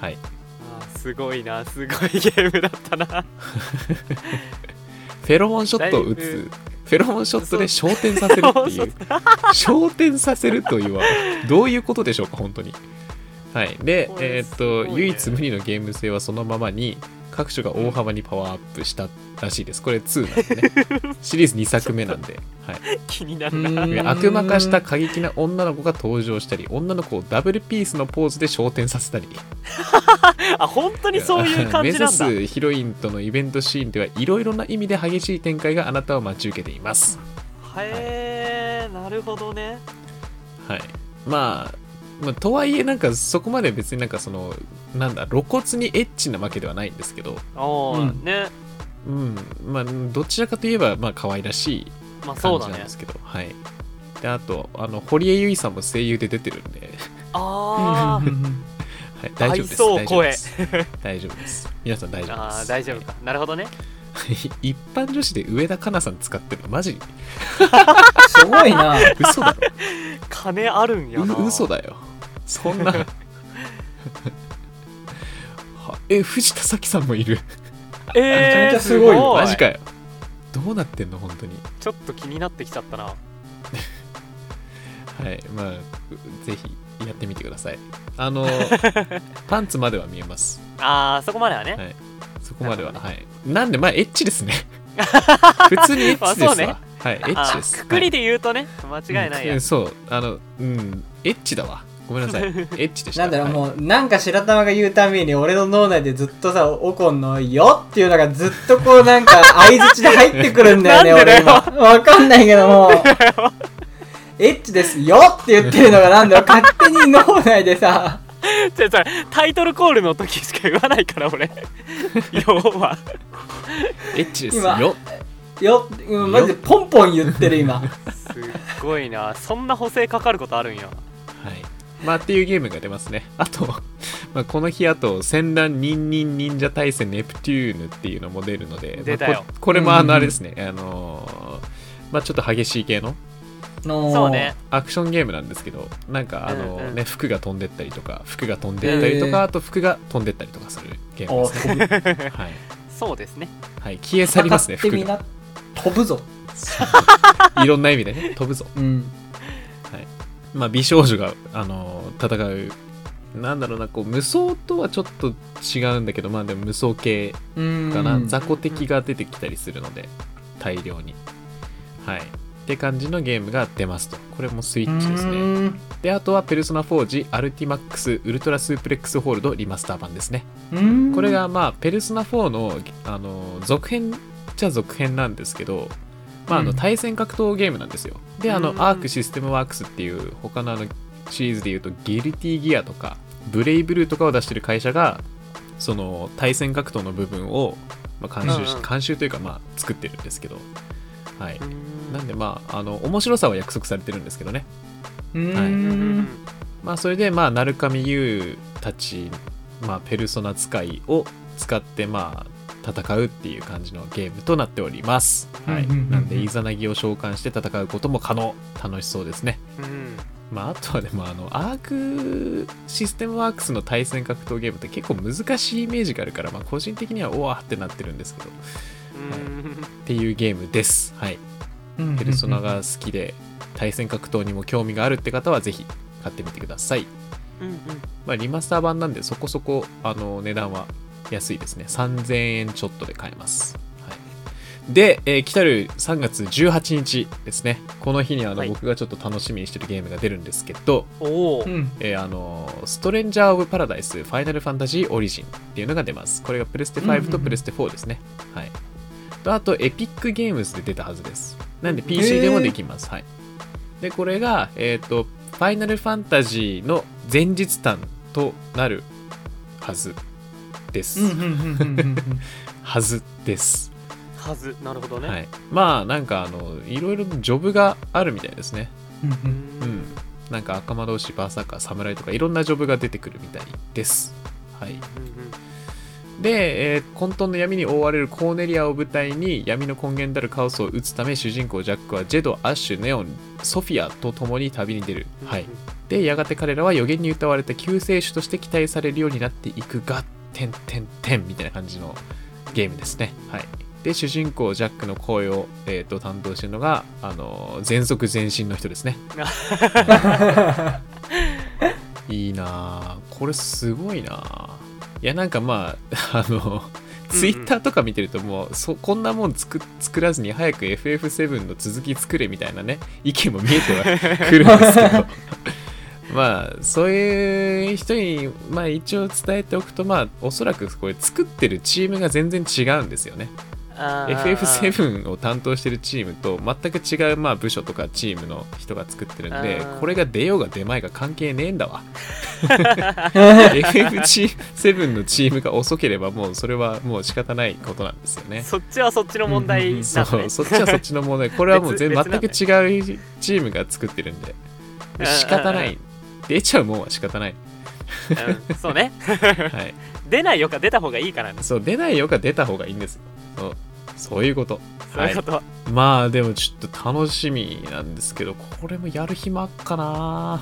Speaker 2: はい、
Speaker 1: あーすごいなすごいゲームだったな
Speaker 2: フェロモンショットを打
Speaker 1: だいぶ
Speaker 2: つ。フェロモンショットで昇天させるっていう昇天させるというはどういうことでしょうか本当にはいで、
Speaker 1: こ
Speaker 2: え
Speaker 1: れ
Speaker 2: ーっ
Speaker 1: すごい
Speaker 2: と
Speaker 1: ね
Speaker 2: 唯一無二のゲーム性はそのままに各所が大幅にパワーアップしたらしいですこれ2なん でねシリーズ2作目なんで、はい、
Speaker 1: 気になるな
Speaker 3: うん
Speaker 2: で悪魔化した過激な女の子が登場したり女の子をダブルピースのポーズで昇天させたり
Speaker 1: あ本当にそういう感じなんだ
Speaker 2: 目指すヒロインとのイベントシーンではいろいろな意味で激しい展開があなたを待ち受けています
Speaker 1: へえなるほどね
Speaker 2: はいまあ、まあとはいえなんかそこまで別になんかそのなんだ露骨にエッチなわけではないんですけど
Speaker 1: おお、
Speaker 3: うん
Speaker 1: ね
Speaker 2: うんまあどちらかといえばまあ可愛らしい
Speaker 1: まあそう
Speaker 2: 感じ
Speaker 1: だ
Speaker 2: なん
Speaker 1: ね
Speaker 2: ですけど、はいであとあの堀江由衣さんも声優で出てるんで、
Speaker 1: あー
Speaker 2: はい、大丈夫です
Speaker 1: 愛想声
Speaker 2: 大丈夫です大丈夫です皆さん大丈夫で
Speaker 1: あ
Speaker 2: す
Speaker 1: ー大丈夫かなるほどね
Speaker 2: 一般女子で上田香奈さん使ってるのマジ
Speaker 3: すごいな
Speaker 2: 嘘だ
Speaker 1: 金あるんや
Speaker 2: ろ
Speaker 1: な
Speaker 2: う嘘だよ そんなはえ藤田咲さんもいる
Speaker 1: え
Speaker 3: めちゃめち
Speaker 1: ー、
Speaker 3: ゃす
Speaker 1: す
Speaker 3: ごい
Speaker 1: ごい
Speaker 2: マジかよどうなってんの本当に
Speaker 1: ちょっと気になってきちゃったな
Speaker 2: はいまあうぜひやってみてくださいあの パンツまでは見えます
Speaker 1: あーそこまではね、
Speaker 2: はいそこまでは、
Speaker 1: なるほ
Speaker 2: はいなんでまあエッチで すね普通にエッチですわ
Speaker 1: あ、そうね
Speaker 2: はいエ
Speaker 1: あ
Speaker 2: ッチです
Speaker 1: あーくくりで言うとね、間違いないや、
Speaker 2: うんそうあのうんエッチだわごめんなさいエッチでした
Speaker 3: なんだろう、
Speaker 2: はい
Speaker 3: もうなんか白玉が言うたびに俺の脳内でずっとさおこんの「よ」っていうのがずっとこうなんか相づちで入ってくるんだよね
Speaker 1: なんでだ
Speaker 3: 俺
Speaker 1: よ
Speaker 3: 今わかんないけどもエッチですよって言ってるのがなんだろう勝手に脳内でさ
Speaker 1: じゃじゃタイトルコールの時しか言わないから 俺要は
Speaker 2: エッチです
Speaker 3: 今
Speaker 2: よ
Speaker 3: 「よ」うんマジでポンポン言ってる今
Speaker 1: すっごいなそんな補正かかることあるんや
Speaker 2: はい。まあっていうゲームが出ますね。あと、 まあ、この日あと、戦乱忍忍忍者大戦ネプテューヌっていうのも出るので、
Speaker 1: 出たよ
Speaker 2: まあここれもあ
Speaker 3: うんうんう
Speaker 2: の
Speaker 3: ん
Speaker 2: あれですね、あのーまあちょっと激しい系の
Speaker 3: の
Speaker 1: そうね
Speaker 2: アクションゲームなんですけど、なんかあのー
Speaker 1: うんうん
Speaker 2: ね、服が飛んでったりとか、服が飛んでったりと
Speaker 3: へー
Speaker 2: か、あと服が飛んでったりとかするゲーム
Speaker 3: お
Speaker 2: です
Speaker 3: 飛ぶ
Speaker 2: ね。はい。
Speaker 1: そうですね
Speaker 2: はい、消え去ります ね、
Speaker 3: 戦っ
Speaker 2: 服
Speaker 3: てみ
Speaker 2: が。
Speaker 3: な飛ぶぞ
Speaker 2: いろんな意味でね、飛ぶぞ。
Speaker 3: うん
Speaker 2: まあ、美少女が、あのー戦う、なんだろうな、こう、無双とはちょっと違うんだけど、まあでも無双系
Speaker 3: うん
Speaker 2: かな、雑魚敵が出てきたりするので大量にはいって感じのゲームが出ますとこれもスイッチですね
Speaker 3: ね
Speaker 2: であとは「ペルソナ4 g アルティマックスウルトラスープレックスホールドリマスター版」ですねこれがまあ「ペルソナ4の」あの続編じゃ続編なんですけどまあ、あの
Speaker 3: うん
Speaker 2: 対戦格闘ゲームなんですよ。で、あの、
Speaker 1: うん
Speaker 2: アークシステムワークスっていう、他のあのシリーズでいうと、ギルティギアとか、ブレイブルーとかを出してる会社が、その対戦格闘の部分を、まあ、監修し
Speaker 1: うんうん。
Speaker 2: 監修というか、まあ、作ってるんですけど、はいう
Speaker 1: ん
Speaker 2: なんで、まあ、あの、面白さは約束されてるんですけどね。
Speaker 3: う
Speaker 2: は
Speaker 3: ん
Speaker 2: まあ、それで、まあ、鳴神優たち、まあ、ペルソナ使いを使って、まあ、戦うっていう感じのゲームとなっております。はい。
Speaker 3: うんうんうんうん
Speaker 2: なんで、イザナギを召喚して戦うことも可能。楽しそうですね。
Speaker 1: うん
Speaker 2: まあ、あとはでもあのアークシステムワークスの対戦格闘ゲームって結構難しいイメージがあるから、まあ、個人的にはおわーってなってるんですけどっ
Speaker 1: うん
Speaker 2: ていうゲームですはい
Speaker 3: うん
Speaker 2: ペルソナが好きで対戦格闘にも興味があるって方はぜひ買ってみてください、
Speaker 1: うんうん
Speaker 2: まあ、リマスター版なんでそこそこあの値段は安いですね3000円ちょっとで買えます、はい、で、えー来たる3月18日ですねこの日にあの、
Speaker 1: はい
Speaker 2: 僕がちょっと楽しみにしてるゲームが出るんですけど、
Speaker 1: おお、
Speaker 3: うん
Speaker 2: えーあのーストレンジャー・オブ・パラダイス・ファイナル・ファンタジー・オリジンっていうのが出ます。これがプレステ
Speaker 3: うんうんう
Speaker 2: 5
Speaker 3: ん
Speaker 2: とプレステ4ですね。はい。とあと、エピックゲームズで出たはずです。なんで、
Speaker 3: へ
Speaker 2: PC
Speaker 3: ー
Speaker 2: でもできます。はい。で、これが、えっ、と、ファイナル・ファンタジーの前日誕となるはずです。
Speaker 3: うんうんうんうんうんうん
Speaker 2: はずです。
Speaker 1: はずなるほどね、
Speaker 2: はい。まあ、なんか、あの、いろいろジョブがあるみたいですね。
Speaker 3: うんう
Speaker 1: うんん
Speaker 2: うん、なんか赤間同士バーサーカー侍とかいろんなジョブが出てくるみたいです。はい、で、えー混沌の闇に覆われるコーネリアを舞台に闇の根源であるカオスを打つため主人公ジャックはジェドアッシュネオンソフィアと共に旅に出る、はい、でやがて彼らは予言に歌われた救世主として期待されるようになっていくがてんてんてんみたいな感じのゲームですね、はい、で主人公ジャックの声を、えーと担当してるのが、あのー全速前進の人ですねいいなあこれすごいなあいやなんかまあ あのツイッターとか見てるともうそこんなもん作作らずに早く FF7 の続き作れみたいなね意見も見えてはくるんですけどまあそういう人にまあ一応伝えておくとまあおそらくこれ作ってるチームが全然違うんですよね
Speaker 1: あー
Speaker 2: FF7 を担当してるチームと全く違うまあ部署とかチームの人が作ってるんで
Speaker 1: あー
Speaker 2: これが出ようが出まいが関係ねえん だわ FF7 のチームが遅ければもうそれはもう仕方ないことなんですよね
Speaker 1: そっちはそっちの問題なんだ、ね
Speaker 2: そうそっちはそっちの問題これはもう全
Speaker 1: 別別な
Speaker 2: 全
Speaker 1: ん
Speaker 2: く
Speaker 1: だ
Speaker 2: 違う
Speaker 1: ね
Speaker 2: チームが作ってるんで
Speaker 1: うん
Speaker 2: 仕方な
Speaker 1: うん
Speaker 2: い出ちゃうもんは仕方ない、
Speaker 1: うんそうね
Speaker 2: はい、
Speaker 1: 出ないよか出た方がいいからね
Speaker 2: そう出ないよが出た方がいいんですよそうそういうこと
Speaker 1: そういうことは、
Speaker 2: まあでもちょっと楽しみなんですけどこれもやる暇あっかな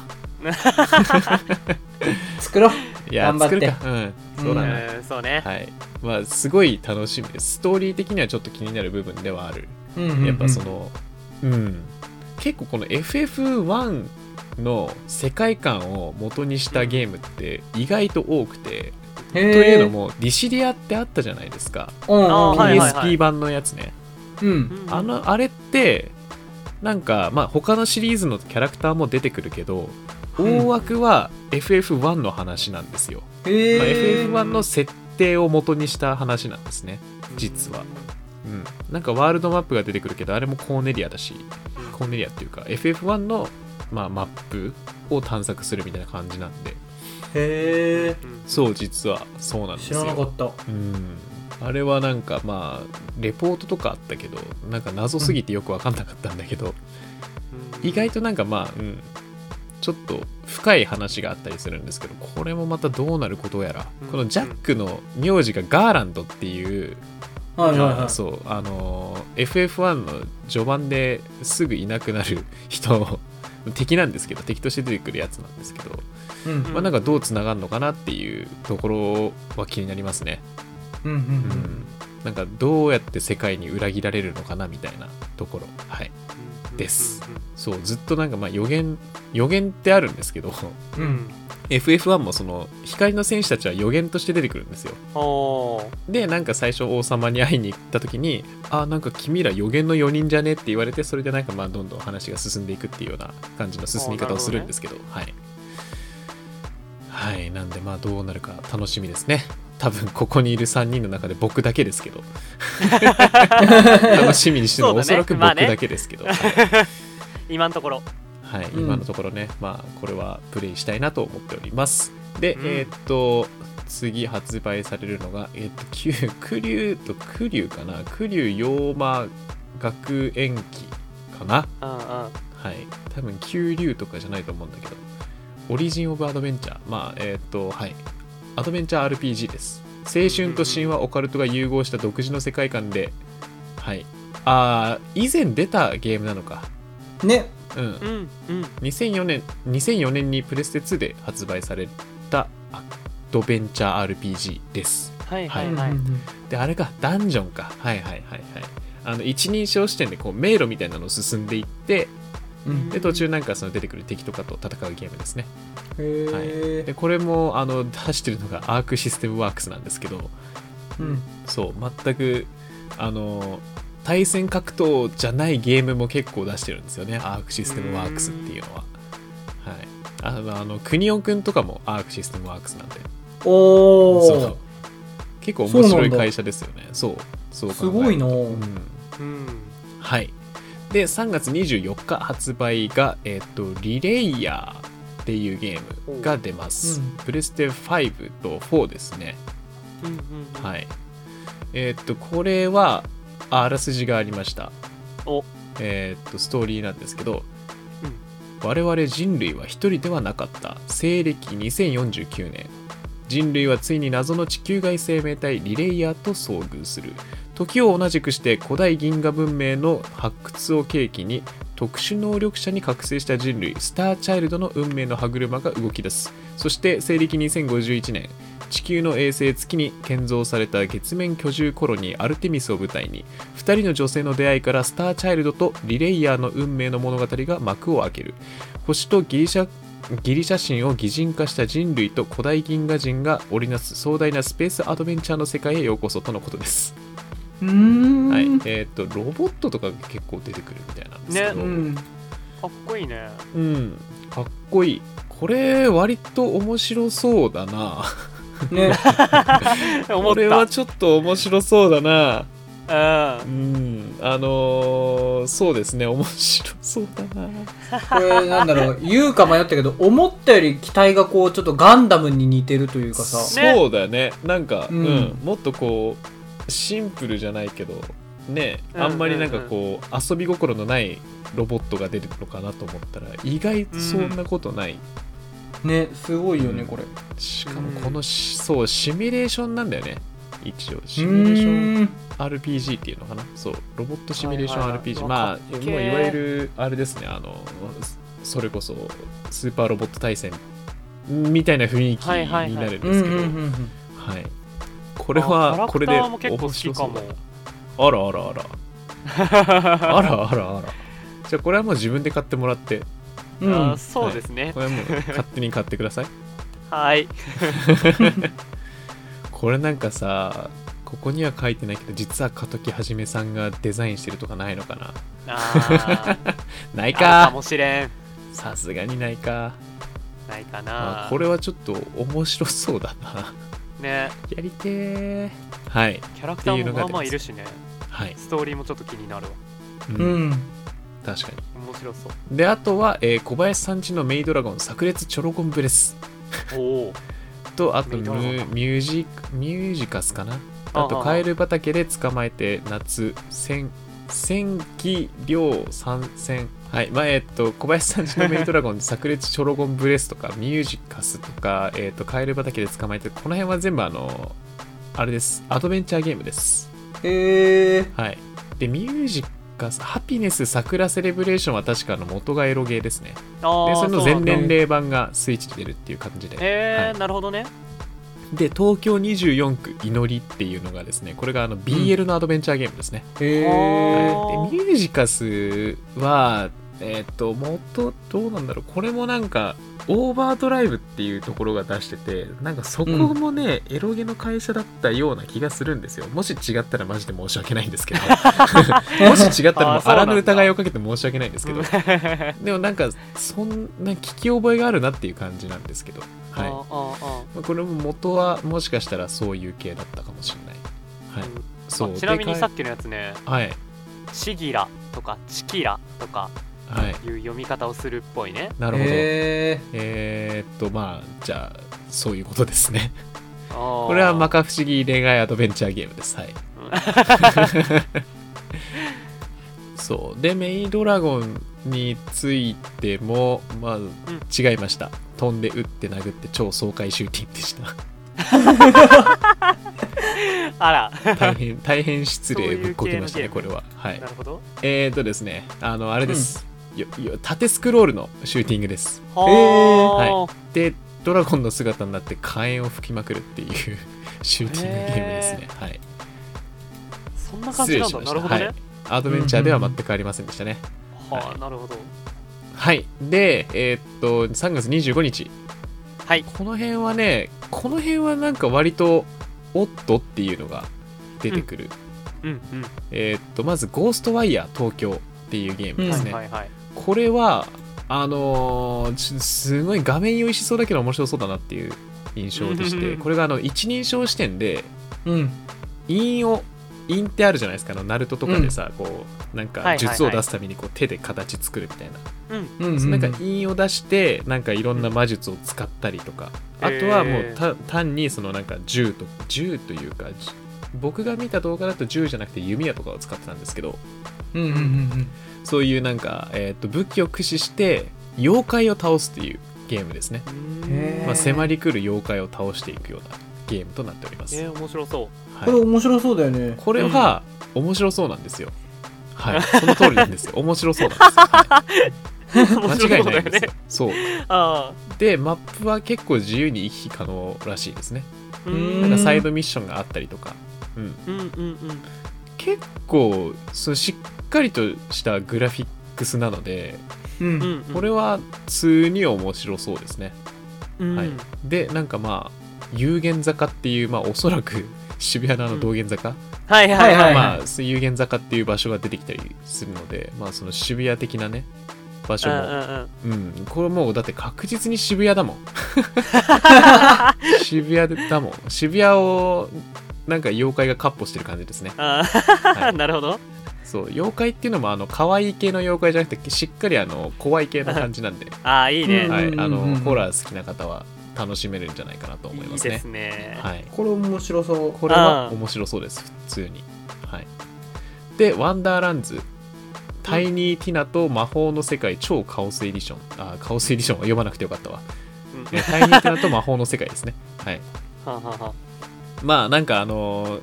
Speaker 3: 作ろう
Speaker 2: いや
Speaker 3: 頑張って
Speaker 2: 作るかうんそうだね、
Speaker 1: うんそうね、
Speaker 2: はいまあすごい楽しみですストーリー的にはちょっと気になる部分ではあるやっぱそのうん、結構この FF1 の世界観を元にしたゲームって意外と多くて、
Speaker 3: と
Speaker 2: というのもディシリアってあったじゃないですか、
Speaker 1: あーはいはい
Speaker 2: PSP 版のやつね、
Speaker 3: うん
Speaker 1: うん
Speaker 2: あのあれってなんかまあ他のシリーズのキャラクターも出てくるけど
Speaker 3: うん
Speaker 2: 大枠は FF1 の話なんですよ、
Speaker 3: へ
Speaker 2: まあ
Speaker 3: え
Speaker 2: FF1 の設定を元にした話なんですね実はうんなんかワールドマップが出てくるけどあれもコーネリアだし
Speaker 1: うん
Speaker 2: コーネリアっていうか FF1 の、まあ、マップを探索するみたいな感じなんで
Speaker 3: へえ
Speaker 1: うん
Speaker 2: そう実はそうなんです
Speaker 3: 知
Speaker 2: よ
Speaker 3: らなかった
Speaker 2: うんあれはなんかまあレポートとかあったけどなんか謎すぎてよく分かんなかったんだけど、意外となんかまあ、うん、ちょっと深い話があったりするんですけどこれもまたどうなることやら、
Speaker 1: うん
Speaker 2: このジャックの名字がガーランドっていう、
Speaker 3: はいはいはい
Speaker 2: そうあのー FF1 の序盤ですぐいなくなる 人敵なんですけど敵として出てくるやつなんですけど、
Speaker 3: うんうん
Speaker 2: まあ、なんかどうつながるのかなっていうところは気になりますね、
Speaker 3: うんう
Speaker 2: うんん、なんかどうやって世界に裏切られるのかなみたいなところはいですそうずっとなんかまあ予言予言ってあるんですけど
Speaker 3: うん
Speaker 1: う
Speaker 3: うん
Speaker 1: うんうんうん
Speaker 3: ん
Speaker 2: FF1 もその光の戦士たちは予言として出てくるんですよ
Speaker 1: おー
Speaker 2: でなんか最初王様に会いに行った時に「あなんか君ら予言の4人じゃね?」って言われてそれでなんかまあどんどん話が進んでいくっていうような感じの進み方をするんですけどはいはいなんでまあどうなるか楽しみですね多分ここにいる3人の中で僕だけですけど楽しみにしてるのはおそら
Speaker 1: そ
Speaker 2: く
Speaker 1: うだね
Speaker 2: 僕
Speaker 1: まあね
Speaker 2: だけですけど、
Speaker 1: 今のところ
Speaker 2: はい、
Speaker 3: うん
Speaker 2: 今のところね、まあこれはプレイしたいなと思っております。で、
Speaker 1: うん
Speaker 2: えーっと、次発売されるのが、えーっと、九九龍と九龍かな、九龍妖魔学園期かな、
Speaker 1: うんうん
Speaker 2: はい、多分九龍とかじゃないと思うんだけど、オリジン・オブ・アドベンチャー、まあ、えーっと、はい、アドベンチャー RPG です。青春と神話、オカルトが融合した独自の世界観で、はい、あー以前出たゲームなのか、
Speaker 3: ね
Speaker 2: うん
Speaker 1: うんうん
Speaker 2: 2004年2004年にプレステ2で発売されたアドベンチャー RPG です
Speaker 1: はいは
Speaker 2: う
Speaker 1: い
Speaker 2: ん
Speaker 1: はい、
Speaker 2: であれかダンジョンかはいはいはいはいあの一人称視点でこう迷路みたいなのを進んでいって
Speaker 3: うん
Speaker 2: で途中なんかその出てくる敵とかと戦うゲームですね
Speaker 3: へ
Speaker 2: で
Speaker 3: え
Speaker 2: これもあの出してるのがアークシステムワークスなんですけど
Speaker 3: うん
Speaker 2: そう全くあの対戦格闘じゃないゲームも結構出してるんですよねアークシステムワークスっていうのははいあのあのクニオくんとかもアークシステムワークスなんで
Speaker 3: おお
Speaker 2: そうそう結構面白い会社ですよねそうそう
Speaker 3: す
Speaker 2: 考え
Speaker 3: ごい
Speaker 2: ると
Speaker 3: な
Speaker 2: うん
Speaker 1: うん、
Speaker 2: はいで3月24日発売が、えっとリレイヤーっていうゲームが出ます、
Speaker 3: うん
Speaker 2: プレステ5と4ですね、
Speaker 1: うんうん
Speaker 2: はい。えーっと、これは、ああらすじがありました。
Speaker 1: お
Speaker 2: えーっと、ストーリーなんですけど、我々人類は一人ではなかった。西暦2049年。人類はついに謎の地球外生命体リレイヤーと遭遇する。時を同じくして古代銀河文明の発掘を契機に特殊能力者に覚醒した人類スターチャイルドの運命の歯車が動き出すそして西暦2051年地球の衛星月に建造された月面居住コロニーアルテミスを舞台に2人の女性の出会いからスターチャイルドとリレイヤーの運命の物語が幕を開ける星とギリシャギリシャ神を擬人化した人類と古代銀河人が織りなす壮大なスペースアドベンチャーの世界へようこそとのことです
Speaker 3: うーん
Speaker 2: はい、えーっ、と、ロボットとかが結構出てくるみたいなんですけど、
Speaker 1: ね
Speaker 3: うん
Speaker 1: かっこいいね
Speaker 2: うん、かっこいい。これ、割と面白そうだな。
Speaker 3: ね
Speaker 1: 思
Speaker 2: こ
Speaker 1: っ
Speaker 2: れはちょっと面白そうだな。
Speaker 1: たう
Speaker 2: うんん、あのーそうですね、面白そうだな。
Speaker 3: これなんだろう 言うか迷ったけど思ったより機体がこうちょっとガンダムに似てるというかさ
Speaker 2: そうだね、なんか、う
Speaker 3: うんん、
Speaker 2: もっとこう、シンプルじゃないけど、ね、
Speaker 1: うんうん
Speaker 2: あんまりなんかこう、遊び心のないロボットが出るのかなと思ったら、意外とそんなことない。
Speaker 3: ねすごいよ
Speaker 2: う
Speaker 3: ね
Speaker 2: ん
Speaker 3: これ
Speaker 2: しかもこのし、そうシミュレーションなんだよね一応シ
Speaker 3: う
Speaker 2: ミュレーション
Speaker 3: ーん
Speaker 2: RPG っていうのかなそうロボットシミュレーショ
Speaker 1: はいはいは
Speaker 2: ン
Speaker 1: い
Speaker 2: RPG、
Speaker 1: わ
Speaker 2: ま
Speaker 1: か
Speaker 2: あ
Speaker 1: っ
Speaker 2: もう
Speaker 1: けー
Speaker 2: いわゆるあれですねあのそれこそスーパーロボット対戦みたいな雰囲気
Speaker 1: はいはいはい
Speaker 2: になるん
Speaker 3: う
Speaker 2: で
Speaker 3: ん
Speaker 2: す
Speaker 3: う
Speaker 2: けど、
Speaker 3: ん
Speaker 2: はい
Speaker 3: うん
Speaker 2: これ
Speaker 1: あキャ
Speaker 2: は
Speaker 1: ラ
Speaker 2: これ
Speaker 1: クタ
Speaker 2: で
Speaker 1: ーも結構
Speaker 2: 面
Speaker 1: 好
Speaker 2: 白
Speaker 1: き
Speaker 2: そ
Speaker 1: か
Speaker 2: う
Speaker 1: も
Speaker 2: だあらあらあら あらあらあらじゃあこれはもう自分で買ってもらって
Speaker 3: うん
Speaker 1: あそうですね
Speaker 2: これはもう勝手に買ってください
Speaker 1: はい
Speaker 2: これなんかさここには書いてないけど実は加トキはじめさんがデザインしてるとかないのかな
Speaker 1: あー
Speaker 2: ない
Speaker 1: あるか
Speaker 2: か
Speaker 1: もしれん
Speaker 2: さすがにないか
Speaker 1: ないか
Speaker 2: ま
Speaker 1: な
Speaker 2: あこれはちょっと面白そうだな
Speaker 1: ね
Speaker 2: やりてーはい
Speaker 1: キャラクターもまあまあ
Speaker 2: っていうのが出ます
Speaker 1: いるしね
Speaker 2: はい、
Speaker 1: ストーリーもちょっと気になるわ
Speaker 2: うん
Speaker 3: うん
Speaker 2: 確か
Speaker 1: 面白そう
Speaker 2: にであとは、えー小林さんちのメイドラゴン炸裂チョロコンブレス
Speaker 1: お お
Speaker 2: とあと
Speaker 1: メイ
Speaker 2: ミ
Speaker 1: ドラゴンか
Speaker 2: ュミュージミュージカスかな
Speaker 1: あ
Speaker 2: あと
Speaker 1: あ
Speaker 2: カエル畑で捕まえて夏戦戦記両参戦はいまあえっと小林さんちのメイドラゴン 炸裂チョロゴンブレスとかミュージカスとか、えっとカエル畑で捕まえてこの辺は全部あのあれですアドベンチャーゲームです
Speaker 3: へえ
Speaker 2: はいでミュージカスハピネス桜セレブレーションは確かあの元がエロゲーですね
Speaker 1: あ
Speaker 2: で
Speaker 1: あ
Speaker 2: それの
Speaker 1: うな
Speaker 2: 全
Speaker 1: んだ
Speaker 2: 年齢版がスイッチで出るっていう感じで
Speaker 1: え
Speaker 2: は
Speaker 1: ー、なるほどね
Speaker 2: で東京24区祈りっていうのがですねこれがあの BL のアドベンチャーゲームですね、
Speaker 3: へえ
Speaker 1: あー
Speaker 2: でミュージカスはえっ、と元どうなんだろうこれもなんかオーバードライブっていうところが出しててなんかそこもね、エロゲの会社だったような気がするんですよもし違ったらマジで申し訳ないんで すけどもし違ったらもう
Speaker 1: あーそうな
Speaker 2: あら
Speaker 1: んだ
Speaker 2: ぬ疑いをかけて申し訳ないんです けど
Speaker 1: はい
Speaker 2: でもなんかそんな聞き覚えがあるなっていう感じなんですけど
Speaker 1: あ
Speaker 2: はい
Speaker 1: ーあー
Speaker 2: まあこれも元はもしかしたらそういう系だったかもしれない。はい。
Speaker 1: うん
Speaker 2: そ
Speaker 1: あ
Speaker 2: う。
Speaker 1: ちなみに
Speaker 2: で
Speaker 1: さっきのやつね
Speaker 2: はい。
Speaker 1: チギラとかチキラとか
Speaker 2: はい。
Speaker 1: いう読み方をするっぽいね
Speaker 2: なるほど。え
Speaker 3: へ
Speaker 2: ーっと、まあ、じゃあ、そういうことですね。
Speaker 1: こ
Speaker 2: これは摩訶不思議恋愛アドベンチャーゲームで す。はい。そう。で、メイドラゴンについても、まあ、違いました。飛んで撃って殴って超爽快シューティングで した。
Speaker 1: あら、
Speaker 2: 大変、大変失礼ぶっこきました
Speaker 1: そういう系のゲー
Speaker 2: ね、
Speaker 1: ム
Speaker 2: これは。はい
Speaker 1: な。るほど。
Speaker 2: えーとですね、あの、あれです。よよ縦スクロールのシューティングです
Speaker 1: は
Speaker 2: えー
Speaker 1: あ、
Speaker 2: でドラゴンの姿になって火炎を吹きまくるっていう シューティングゲームですね、はい、
Speaker 1: そんな感
Speaker 2: 失
Speaker 1: じ
Speaker 2: 礼
Speaker 1: なん
Speaker 2: し
Speaker 1: だ
Speaker 2: まし
Speaker 1: な
Speaker 2: た
Speaker 1: るほどね、
Speaker 2: はい、アドベンチャーでは全くありませんでしたね、
Speaker 1: は
Speaker 2: はい
Speaker 1: あ、なるほど
Speaker 2: はいでえーっと3月25日
Speaker 1: はい
Speaker 2: この辺はねこの辺はなんか割とおっとっていうのが出てくる、
Speaker 1: うんうん
Speaker 2: えーっとまず「ゴーストワイヤー東京」っていうゲームですね、
Speaker 1: はいはい
Speaker 2: これはあのーちすごい画面用意しそうだけど面白そうだなっていう印象でし
Speaker 1: うんうんう
Speaker 2: て
Speaker 1: ん
Speaker 2: これがあの一人称視点で
Speaker 3: うん。
Speaker 2: 陰を陰ってあるじゃないですかあのナルトとかでさ、こうなん
Speaker 1: はいはいは
Speaker 2: か
Speaker 1: い
Speaker 2: 術を出すためにこう手で形作るみたいな、
Speaker 1: うん
Speaker 3: うん、う
Speaker 2: そ
Speaker 3: ん。
Speaker 2: のなんか陰を出してなんかいろんな魔術を使ったりとか、
Speaker 1: うん
Speaker 2: あとはも
Speaker 1: へ
Speaker 2: う
Speaker 1: ー
Speaker 2: た単にそのなんか銃と銃というかじ僕が見た動画だと銃じゃなくて弓矢とかを使ってたんですけど
Speaker 3: うんうんうん
Speaker 2: そういうなんか、えー、と武器を駆使して妖怪を倒すっていうゲームですね、
Speaker 3: へー
Speaker 2: まあ、迫り来る妖怪を倒していくようなゲームとなっております、
Speaker 1: えー、面白そう
Speaker 3: うん。
Speaker 2: はい
Speaker 3: これ面白そうだよね。
Speaker 2: これは面白そうなんですよ、 はいその通りなんですよ面白そうなんですよ、は
Speaker 1: 面白そだよ
Speaker 2: い、間違いうないんです
Speaker 1: ね
Speaker 2: よそう
Speaker 1: あ
Speaker 2: でマップは結構自由に行き来可能らしいですね
Speaker 1: あう
Speaker 3: うん
Speaker 1: ん
Speaker 2: なんかサイドミッションがあったりとか、うん、
Speaker 1: うんうんうん
Speaker 2: 結構そのしっかりとしたグラフィックスなので
Speaker 3: う。
Speaker 1: うんんうん
Speaker 2: これは普通に面白そうですね、
Speaker 1: うん
Speaker 2: はいでなんかまあ有限坂っていう、まあ、おそらく 渋谷のあの道玄坂、
Speaker 1: はいはいはい、
Speaker 3: はいはい
Speaker 2: まあ、そういう有限坂っていう場所が出てきたりするので、まあ、その渋谷的なね場所も、
Speaker 1: うんうんうん
Speaker 2: うん、これもうだって確実に渋谷だ もん渋谷だもん渋谷をなんか妖怪がカッポしてる感じですね、
Speaker 1: あ
Speaker 2: は
Speaker 1: あ
Speaker 2: い
Speaker 1: なるほど
Speaker 2: そう妖怪っていうのもあの可愛い系の妖怪じゃなくてしっかりあの怖い系の感じ なんで、
Speaker 1: ああいいね、
Speaker 3: うん
Speaker 2: はい、あ
Speaker 3: うんうんう
Speaker 2: の
Speaker 3: ん
Speaker 2: ホラー好きな方は楽しめるんじゃないかなと思い
Speaker 1: い
Speaker 2: ま
Speaker 1: い
Speaker 2: すね
Speaker 1: ですね、
Speaker 2: はい、
Speaker 3: これ面白そう。
Speaker 2: これは
Speaker 1: あー
Speaker 2: 面白そうです普通に、はい、で「ワンダーランズ」「タイニー・ティナと魔法の世界超カオスエディション」あーカオスエディションは読まなくてよかったわ
Speaker 1: うん
Speaker 2: えータイニー・ティナと魔法の世界ですねはい
Speaker 1: はんはんはん
Speaker 2: まあなんかあのー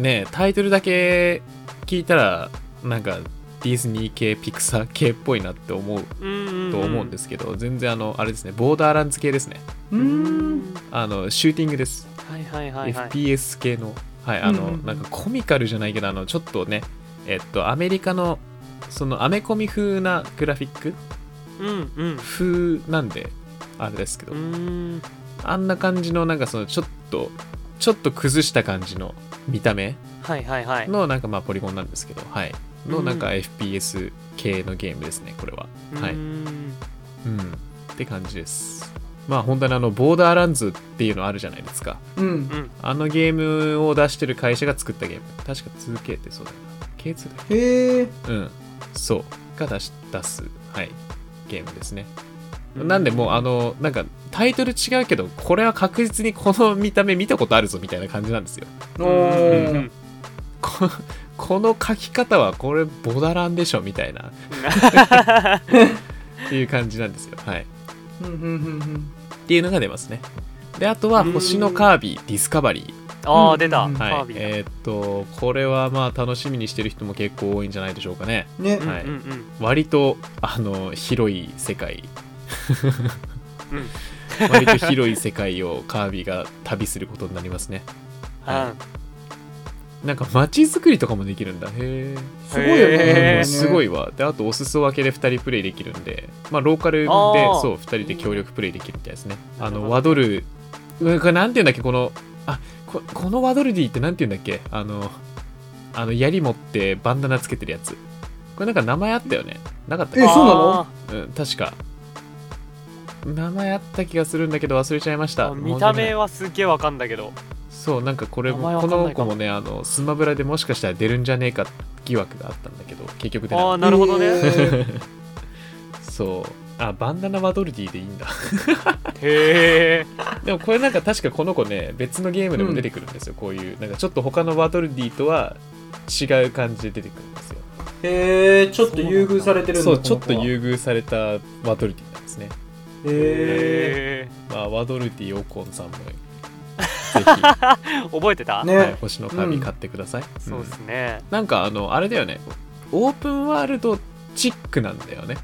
Speaker 2: ねタイトルだけ聞いたらなんかディズニー系ピクサー系っぽいなって思う
Speaker 1: うん
Speaker 2: と思うんですすけど、全然あのあれですねボーダーランズ系ですね
Speaker 3: うーん。
Speaker 2: あのシューティングです
Speaker 1: はいはいはいはい、
Speaker 2: FPS 系の、はい、あの、
Speaker 3: うんうんうん
Speaker 2: なんかコミカルじゃないけど、あの、ちょっとね、えっと、アメリカの、その、アメコミ風なグラフィック
Speaker 1: うんうん
Speaker 2: 風なんで、あれですけど、
Speaker 1: うん
Speaker 2: あんな感じの、なんかその、ちょっと、ちょっと崩した感じの見た目
Speaker 1: はいはいはい
Speaker 2: の、なんかまあ、ポリゴンなんですけど、はい。の、なんか FPS 系のゲームですね、これは。はい。
Speaker 1: うん
Speaker 2: うん。って感じです。まあ、本当にあの、ボーダーランズっていうのあるじゃないですか。
Speaker 3: うん
Speaker 1: う。ん
Speaker 2: あのゲームを出してる会社が作ったゲーム。確か 2K ってそうだよな。K2 だ
Speaker 3: へえ。
Speaker 2: ようん。そう。が出し出す、はい、ゲームですね。
Speaker 1: うん
Speaker 2: なんでもう、あの、なんかタイトル違うけど、これは確実にこの見た目見たことあるぞみたいな感じなんですよ。
Speaker 3: お
Speaker 1: うんう
Speaker 3: ー
Speaker 1: ん。
Speaker 2: ここの書き方はこれボダランでしょみたいな、っていう感じなんですよ。はい。
Speaker 3: うんうんうん
Speaker 2: っていうのが出ますね。で、あとは、
Speaker 1: うん
Speaker 2: 星のカービィディスカバリー。
Speaker 1: ああ出た、
Speaker 3: うん
Speaker 1: カ
Speaker 2: は
Speaker 1: ービ。
Speaker 2: い
Speaker 1: ィだ、
Speaker 2: えーっと、これはまあ楽しみにしてる人も結構多いんじゃないでしょうかね。
Speaker 3: うん。ね
Speaker 1: うん。
Speaker 2: はい
Speaker 1: うんうん
Speaker 2: 割とあの広い世界
Speaker 1: うん
Speaker 2: 割と広い世界をカービィが旅することになりますね、ははい、なんか街づくりとかもできるんだへ
Speaker 3: すごいよ
Speaker 1: へー
Speaker 2: え
Speaker 3: ね。
Speaker 2: すごい
Speaker 3: わ。
Speaker 2: わであとお裾分けで2人プレイできるんでまあローカルで
Speaker 1: あー
Speaker 2: そう2人で協力プレイできるみたいですねあ
Speaker 1: なるほ
Speaker 2: の
Speaker 1: ど
Speaker 2: ワドルうんこれなんて言うんだっけこのあここのワドルディってなんて言うんだっけあのあの槍持ってバンダナつけてるやつこれなんか名前あったよねなかったっけ
Speaker 3: えそうなの
Speaker 1: あ
Speaker 2: うん、確か名前あった気がするんだけど忘れちゃいまし
Speaker 1: ー
Speaker 2: た
Speaker 1: あ見た目
Speaker 2: は
Speaker 1: はすげえわかんだけど
Speaker 2: そうなんかこれ
Speaker 1: 名前わ
Speaker 2: もこ
Speaker 1: かんないかも
Speaker 2: の子もねあのスマブラでもしかしたら出るんじゃねえか疑惑があったんだけど結局出な
Speaker 1: あ
Speaker 2: か
Speaker 1: あ
Speaker 2: っ
Speaker 1: なるほどね、
Speaker 3: へー
Speaker 2: たそうあバンダナワドルディでいいんだ
Speaker 1: へえ
Speaker 2: でもこれなんか確かこの子ね別のゲームでも出てくるんですよ、こういうなんかちょっと他のワドルディとは違う感じで出てくるんですよ
Speaker 3: へえ。ちょっと優遇されてるんだ。
Speaker 2: そうちょっと
Speaker 3: この子は
Speaker 2: 優遇されたワドルディなんですね
Speaker 3: へ
Speaker 1: へ
Speaker 2: まあワドルディオコンさんもぜ ひ
Speaker 1: え覚えてた、
Speaker 3: え。ね。
Speaker 2: はい、星のカービィ買ってください、
Speaker 1: そう
Speaker 2: うん
Speaker 1: ですね
Speaker 2: なんかあのあれだよねオープンワールドチックなんだよね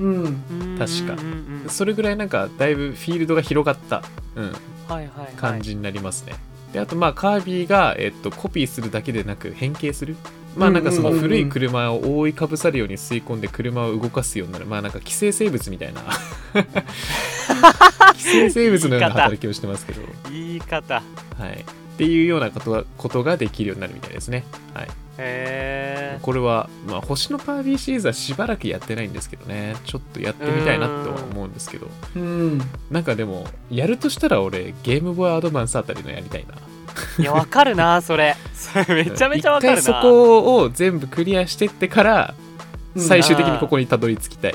Speaker 3: うん。
Speaker 2: 確か
Speaker 1: うんうんうん
Speaker 2: それぐらいなんかだいぶフィールドが広がった、う
Speaker 1: は
Speaker 2: ん、
Speaker 1: いはいはい
Speaker 2: 感じになりますね。であとまあカービィが、えっと、コピーするだけでなく変形する。まあなんかその
Speaker 3: うんうんうん
Speaker 2: 古い車を覆いかぶさるように吸い込んで車を動かすようになるまあなんか寄生生物みた いな寄生生物のような働きをしてますけど、
Speaker 1: 言い方
Speaker 2: はい、っていうようなことがことができるようになるみたいですね。はい、
Speaker 1: へえ
Speaker 2: これは、まあ、星のカービィシリーズはしばらくやってないんですけどねちょっとやってみたいなとは思うんですけど
Speaker 3: うん。
Speaker 2: なんかでもやるとしたら俺ゲームボーイアドバンスあたりのやりたいない
Speaker 1: やわかるなそれそれめちゃめちゃわかるな
Speaker 2: 一回そこを全部クリアしてってから
Speaker 3: うん
Speaker 2: 最終的にここにたどり着きたい、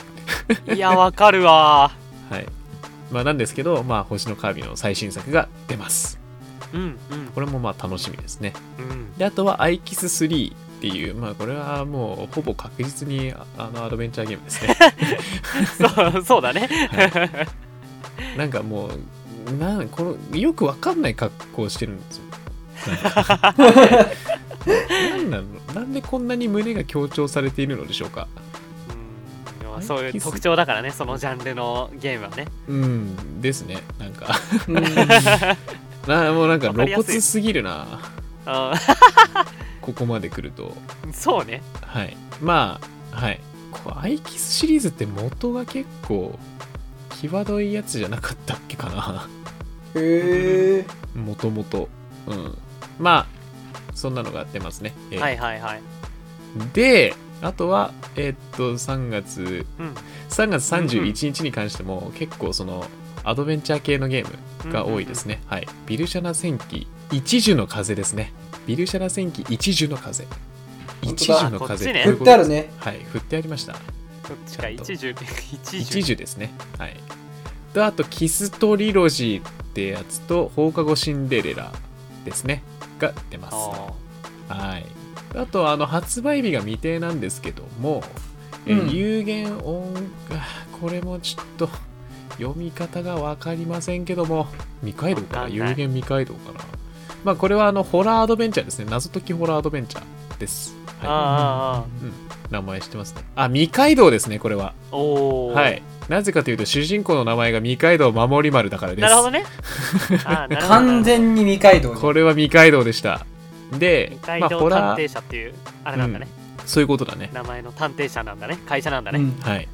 Speaker 1: いやわかるわ
Speaker 2: はいまあなんですけど、まあ、星のカービィの最新作が出ます
Speaker 1: うん
Speaker 2: これもまあ楽しみですね
Speaker 1: うんうん
Speaker 2: であとはアイキス3っていうまあこれはもうほぼ確実にああのアドベンチャーゲームですね
Speaker 1: そう そうだね、
Speaker 2: なんかもうなんこのよくわかんない格好をしてるんですよ。なんか なんなのなんでこんなに胸が強調されているのでしょうか
Speaker 1: うんまあそういう特徴だからねそのジャンルのゲームはね
Speaker 2: うんですねなんか
Speaker 3: うん。
Speaker 2: なもうなんか
Speaker 1: わかり
Speaker 2: 露
Speaker 1: やすい
Speaker 2: 骨すぎるな
Speaker 1: う
Speaker 2: ここまで来ると
Speaker 1: ん そうね
Speaker 2: はいまあはいこうアイキスシリーズって元が結構際どいやつじゃなかったっけかな
Speaker 3: へ え。
Speaker 2: もともと。うん。まあ、そんなのが出ますね。えー
Speaker 1: はいはいはい
Speaker 2: で、あとは、えーっと、3月、
Speaker 1: うん
Speaker 2: 3月31日に関しても、結構その、アドベンチャー系のゲームが多いですね。はい。ビルシャナ戦記、一樹の風ですね。ビルシャナ戦記、一樹の風。
Speaker 3: 本
Speaker 2: 一
Speaker 3: 当だ
Speaker 2: 樹の
Speaker 1: こっち
Speaker 2: 風。
Speaker 1: ね
Speaker 2: こうい
Speaker 3: 振
Speaker 2: う
Speaker 3: っ
Speaker 2: こと
Speaker 3: てあるね。
Speaker 2: はい、振ってありました。
Speaker 1: どっちか
Speaker 2: ちゃんと
Speaker 1: 一十一
Speaker 2: 一
Speaker 1: 十
Speaker 2: 樹ですね。はい。と、あと、キストリロジーってやつと、放課後シンデレラですね。が出ます。
Speaker 1: あ
Speaker 2: はい、あとあの発売日が未定なんですけども、え
Speaker 3: うん
Speaker 2: 有限音あこれもちょっと読み方が分かりませんけども未開道か
Speaker 1: わ
Speaker 2: な
Speaker 1: かんない
Speaker 2: 有限未開道かなまあこれはあのホラーアドベンチャーですね謎解きホラーアドベンチャーです、
Speaker 1: あ
Speaker 2: は
Speaker 1: ああ
Speaker 2: い、名前知ってますねあ未開道ですねこれは
Speaker 1: あおお
Speaker 2: はいなぜかというと主人公の名前が未開道守り丸だからです
Speaker 1: なるほどねあーなるほど
Speaker 3: 完全に未開道。
Speaker 2: これは未開道でしたで
Speaker 1: 二、階
Speaker 2: まあ、
Speaker 1: 堂
Speaker 2: ホ
Speaker 1: 探
Speaker 2: ラ
Speaker 1: 偵
Speaker 2: ー
Speaker 1: 社っていうあれなんだね、
Speaker 2: そういうことだね
Speaker 1: 名前の探偵社なんだね会社なんだ
Speaker 3: う
Speaker 1: ね、
Speaker 3: ん。
Speaker 2: はい。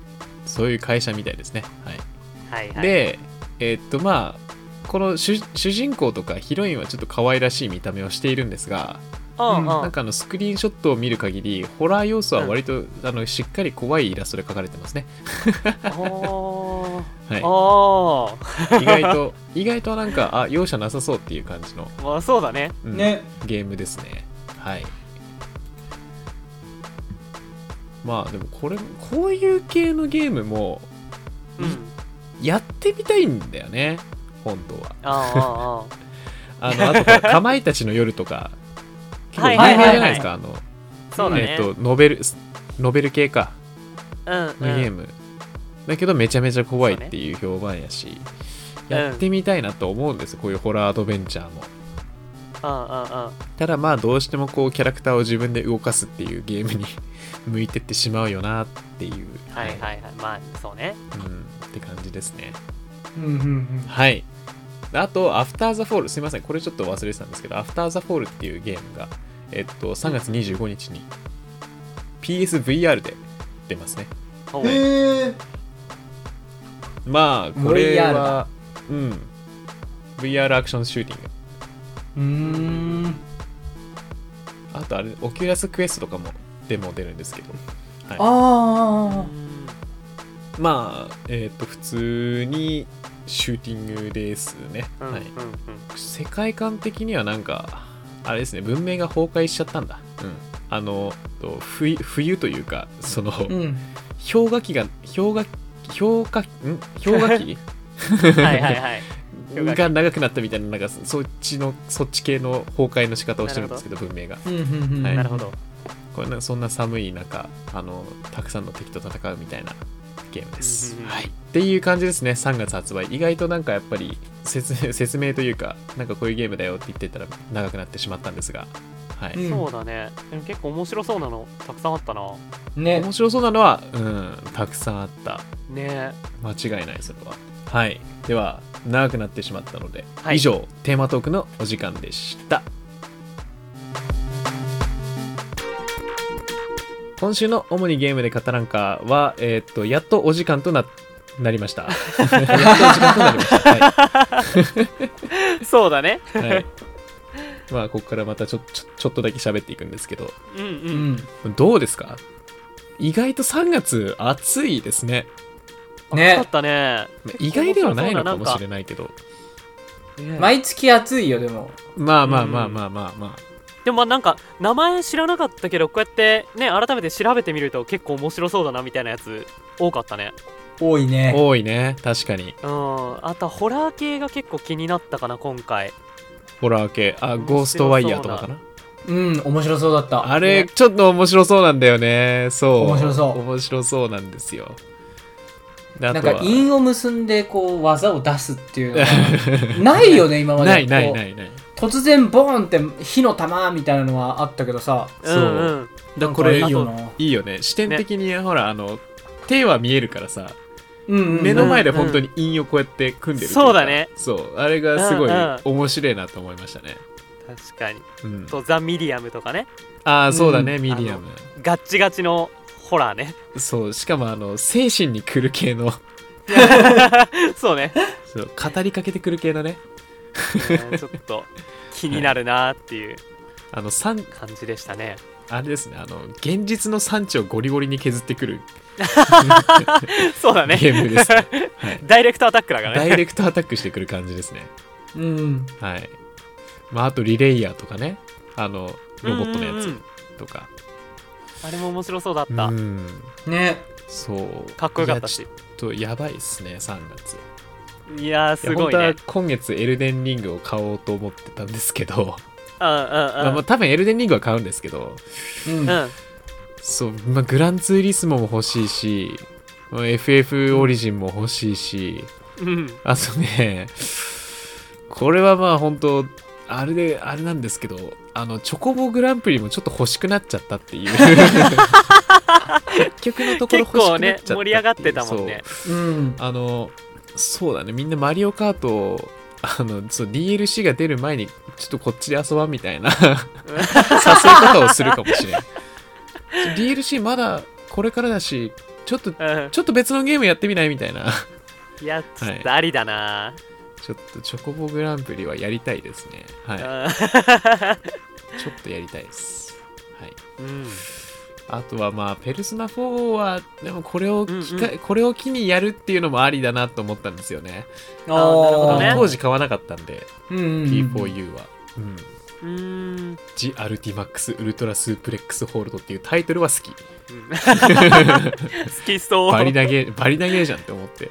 Speaker 2: そういう会社みたいですね。はい。
Speaker 1: はいはい
Speaker 2: で、えーっと、まあ、この主主人公とかヒロインはちょっと可愛らしい見た目をしているんですが、
Speaker 1: うんうん
Speaker 2: なんかあのスクリーンショットを見る限り、ホラー要素は割と、あのしっかり怖いイラストで描かれてますね。
Speaker 1: おー
Speaker 2: は
Speaker 1: おー
Speaker 2: い、意外と、意外となんか、あ容赦なさそうっていう感じの、
Speaker 1: まあそうだね
Speaker 2: うん
Speaker 3: ね。
Speaker 2: ゲームですね。はい。まあでもこれこういう系のゲームも
Speaker 1: うん
Speaker 2: やってみたいんだよね本当は
Speaker 1: ああああ
Speaker 2: あの、あとこれ、 かまいたちの夜とか、結構
Speaker 1: はい
Speaker 2: 有
Speaker 3: はい
Speaker 2: 名
Speaker 3: はいはい
Speaker 2: じゃないですか、あの、
Speaker 1: あそうだね、
Speaker 2: えっと、ノベル、ノベル系か、
Speaker 1: うんうん
Speaker 2: のゲーム。だけど、めちゃめちゃ怖いっていう評判やし、
Speaker 1: そうね
Speaker 2: やってみたいなと思うんですよ、こういうホラーアドベンチャーも。
Speaker 1: うんうんうん
Speaker 2: ただ、まあ、どうしてもこう、キャラクターを自分で動かすっていうゲームに 向いてってしまうよなっていう、
Speaker 1: はいはいはいまあそうね
Speaker 2: うん、って感じですね。
Speaker 3: うんうんうん。
Speaker 2: はい。あと、アフターザフォール、すいません、これちょっと忘れてたんですけど、アフターザフォールっていうゲームが、えっと、3月25日に PSVR で出ますね。
Speaker 1: ほう
Speaker 3: へえ。
Speaker 2: まあ、これは、うん、VR アクションシューティング。
Speaker 3: うーん。
Speaker 2: あと、あれ、オキュラスクエストとかも、でも出るんですけど、
Speaker 3: あ
Speaker 2: まあ、えっと、普通にシューティングですね。
Speaker 1: うんうんう
Speaker 2: は
Speaker 1: ん
Speaker 2: い。世界観的にはなんかあれですね文明が崩壊しちゃったんだ、うん、あのと冬冬というかその、
Speaker 3: あ。うん。
Speaker 2: 氷河期が氷河氷河ん氷河期
Speaker 1: うんはい はいはい氷河期
Speaker 2: が長くなったみたいななんかそそっちのそっち系の崩壊の仕方をしてるんですけど文明が
Speaker 3: うんうんうん。
Speaker 2: はい
Speaker 1: なるほど
Speaker 2: これなそんな寒い中あのたくさんの敵と戦うみたいなゲームです、
Speaker 1: うんうんうん
Speaker 2: はい、っていう感じですね3月発売意外となんかやっぱり説明 説明というかなんかこういうゲームだよって言ってたら長くなってしまったんですがはい、
Speaker 3: うん
Speaker 1: そうだねでも結構面白そうなのたくさんあったな
Speaker 3: ね
Speaker 2: 面白そうなのはうんたくさんあった
Speaker 1: ね
Speaker 2: 間違いないそれははいでは長くなってしまったので、
Speaker 1: はい
Speaker 2: 以上テーマトークのお時間でした今週の主にゲームで語らんかは、えーっとやっとお時間とななりま したやっとお時間となりました、は
Speaker 1: えそうだね
Speaker 2: いはいまあここからまたちょちょちょっとだけ喋っていくんですけど
Speaker 1: うんうん、
Speaker 3: うん
Speaker 2: どうですか意外と3月暑いですね
Speaker 1: 暑か
Speaker 3: ね
Speaker 1: ったね
Speaker 2: 意外ではないのかもしれないけど
Speaker 1: ね
Speaker 3: 毎月暑いよでも
Speaker 2: まあまあまあまあまあまあ、
Speaker 1: でもまあなんか名前知らなかったけどこうやってね改めて調べてみると結構面白そうだなみたいなやつ多かったね
Speaker 3: 多いね
Speaker 2: 多いね確かに
Speaker 1: うんあとホラー系が結構気になったかな今回
Speaker 2: ホラー系あ
Speaker 1: 面白そうな
Speaker 2: ゴーストワイヤーとかかな
Speaker 3: うん面白そうだった
Speaker 2: あれ
Speaker 3: ね
Speaker 2: ちょっと面白そうなんだよねそう
Speaker 3: 面白そう
Speaker 2: 面白そうなんですよであ
Speaker 3: なん
Speaker 2: とは
Speaker 3: か韻を結んでこう技を出すっていうのがないよね今ま で
Speaker 2: ないないないいない
Speaker 3: 突然ボーンって火の玉みたいなのはあったけどさ
Speaker 2: そうん
Speaker 1: うん
Speaker 2: だ
Speaker 3: なん
Speaker 2: こ
Speaker 3: か
Speaker 2: れ
Speaker 3: いい
Speaker 2: いい
Speaker 3: よ
Speaker 2: よ
Speaker 3: ない
Speaker 2: いよね視点的に、ほらあの手は見えるからさ
Speaker 3: うんうんうん
Speaker 2: 目の前で本当に陰をこうやって組んでるといか
Speaker 1: そうだね
Speaker 2: そうあれがすごい
Speaker 1: うんうん
Speaker 2: 面白いなと思いましたね、
Speaker 1: 確かに
Speaker 2: うん、
Speaker 1: とザ・ミディアムとかね
Speaker 2: ああそうだね、
Speaker 3: う
Speaker 2: ミディアム
Speaker 1: ガッチガチのホラーね
Speaker 2: そうしかもあの精神に来る系の
Speaker 1: そうね、
Speaker 2: そう語りかけてくる系のね
Speaker 1: うんちょっと気になるなっていう
Speaker 2: あの山
Speaker 1: 感じでしたね
Speaker 2: あれですねあの現実の産地をゴリゴリに削ってくる
Speaker 1: そうだね
Speaker 2: ゲーム ですね
Speaker 1: ダイレクトアタックだから
Speaker 2: ダ
Speaker 1: ね
Speaker 2: イレクトアタックしてくる感じですね
Speaker 3: うん
Speaker 2: はいまああとリレイヤーとかねあのロボットのや
Speaker 1: うんう
Speaker 2: つ
Speaker 1: ん
Speaker 2: とか
Speaker 1: あれも面白そうだっ
Speaker 2: う
Speaker 1: た、
Speaker 2: ん
Speaker 3: ね
Speaker 2: そう
Speaker 1: かっこよかったし
Speaker 2: いやちょっとやばいっすね3月
Speaker 1: いやー
Speaker 2: いや
Speaker 1: すごい
Speaker 2: 本
Speaker 1: ね
Speaker 2: 当は今月エルデンリングを買おうと思ってたんですけど、
Speaker 1: うん
Speaker 2: ま
Speaker 1: う
Speaker 2: あ
Speaker 1: ん
Speaker 2: まあ多分エルデンリングは買うんですけど
Speaker 3: うん
Speaker 1: うん、うん、
Speaker 2: そう、まあ、グランツーリスモも欲しいし、まあ FF オリジンも欲しいし、
Speaker 1: うん、
Speaker 2: あとね、これはまあ本当あれで、あれなんですけど、あの、チョコボグランプリもちょっと欲しくなっちゃったっていう。 結局のところ
Speaker 1: 結
Speaker 2: 欲しくな
Speaker 1: 構
Speaker 2: っちゃっ
Speaker 1: ね
Speaker 2: たっていう
Speaker 1: 盛り上がってたもんね。
Speaker 3: うん
Speaker 2: そうあの、そうだね、みんなマリオカートを、あの、そう、DLC が出る前に、ちょっとこっちで遊ばんみたいな 誘い方をするかもしれん。DLC まだこれからだし、ちょっと、
Speaker 1: うん
Speaker 2: ちょっと別のゲームやってみないみたいな。
Speaker 1: いやちょっとありだな、
Speaker 2: ちょっとチョコボグランプリはやりたいですね。はい。ちょっとやりたいです。はい。
Speaker 1: うん
Speaker 2: あとはまあ、ペルソナ4は、でもこれを機会、これを機にやるっていうのもありだなと思ったんですよね。
Speaker 3: あ
Speaker 1: そう
Speaker 2: あ
Speaker 1: な
Speaker 2: の
Speaker 1: るほどね
Speaker 2: 当時買わなかったんで、
Speaker 3: うんうんうん
Speaker 2: P4U は。うん。
Speaker 1: うーん
Speaker 2: ジ・アルティマックス・ウルトラ・スープレックス・ホールドっていうタイトルは好き。
Speaker 1: うん好きそう
Speaker 2: バリ投げ、バリ投げじゃんって思って。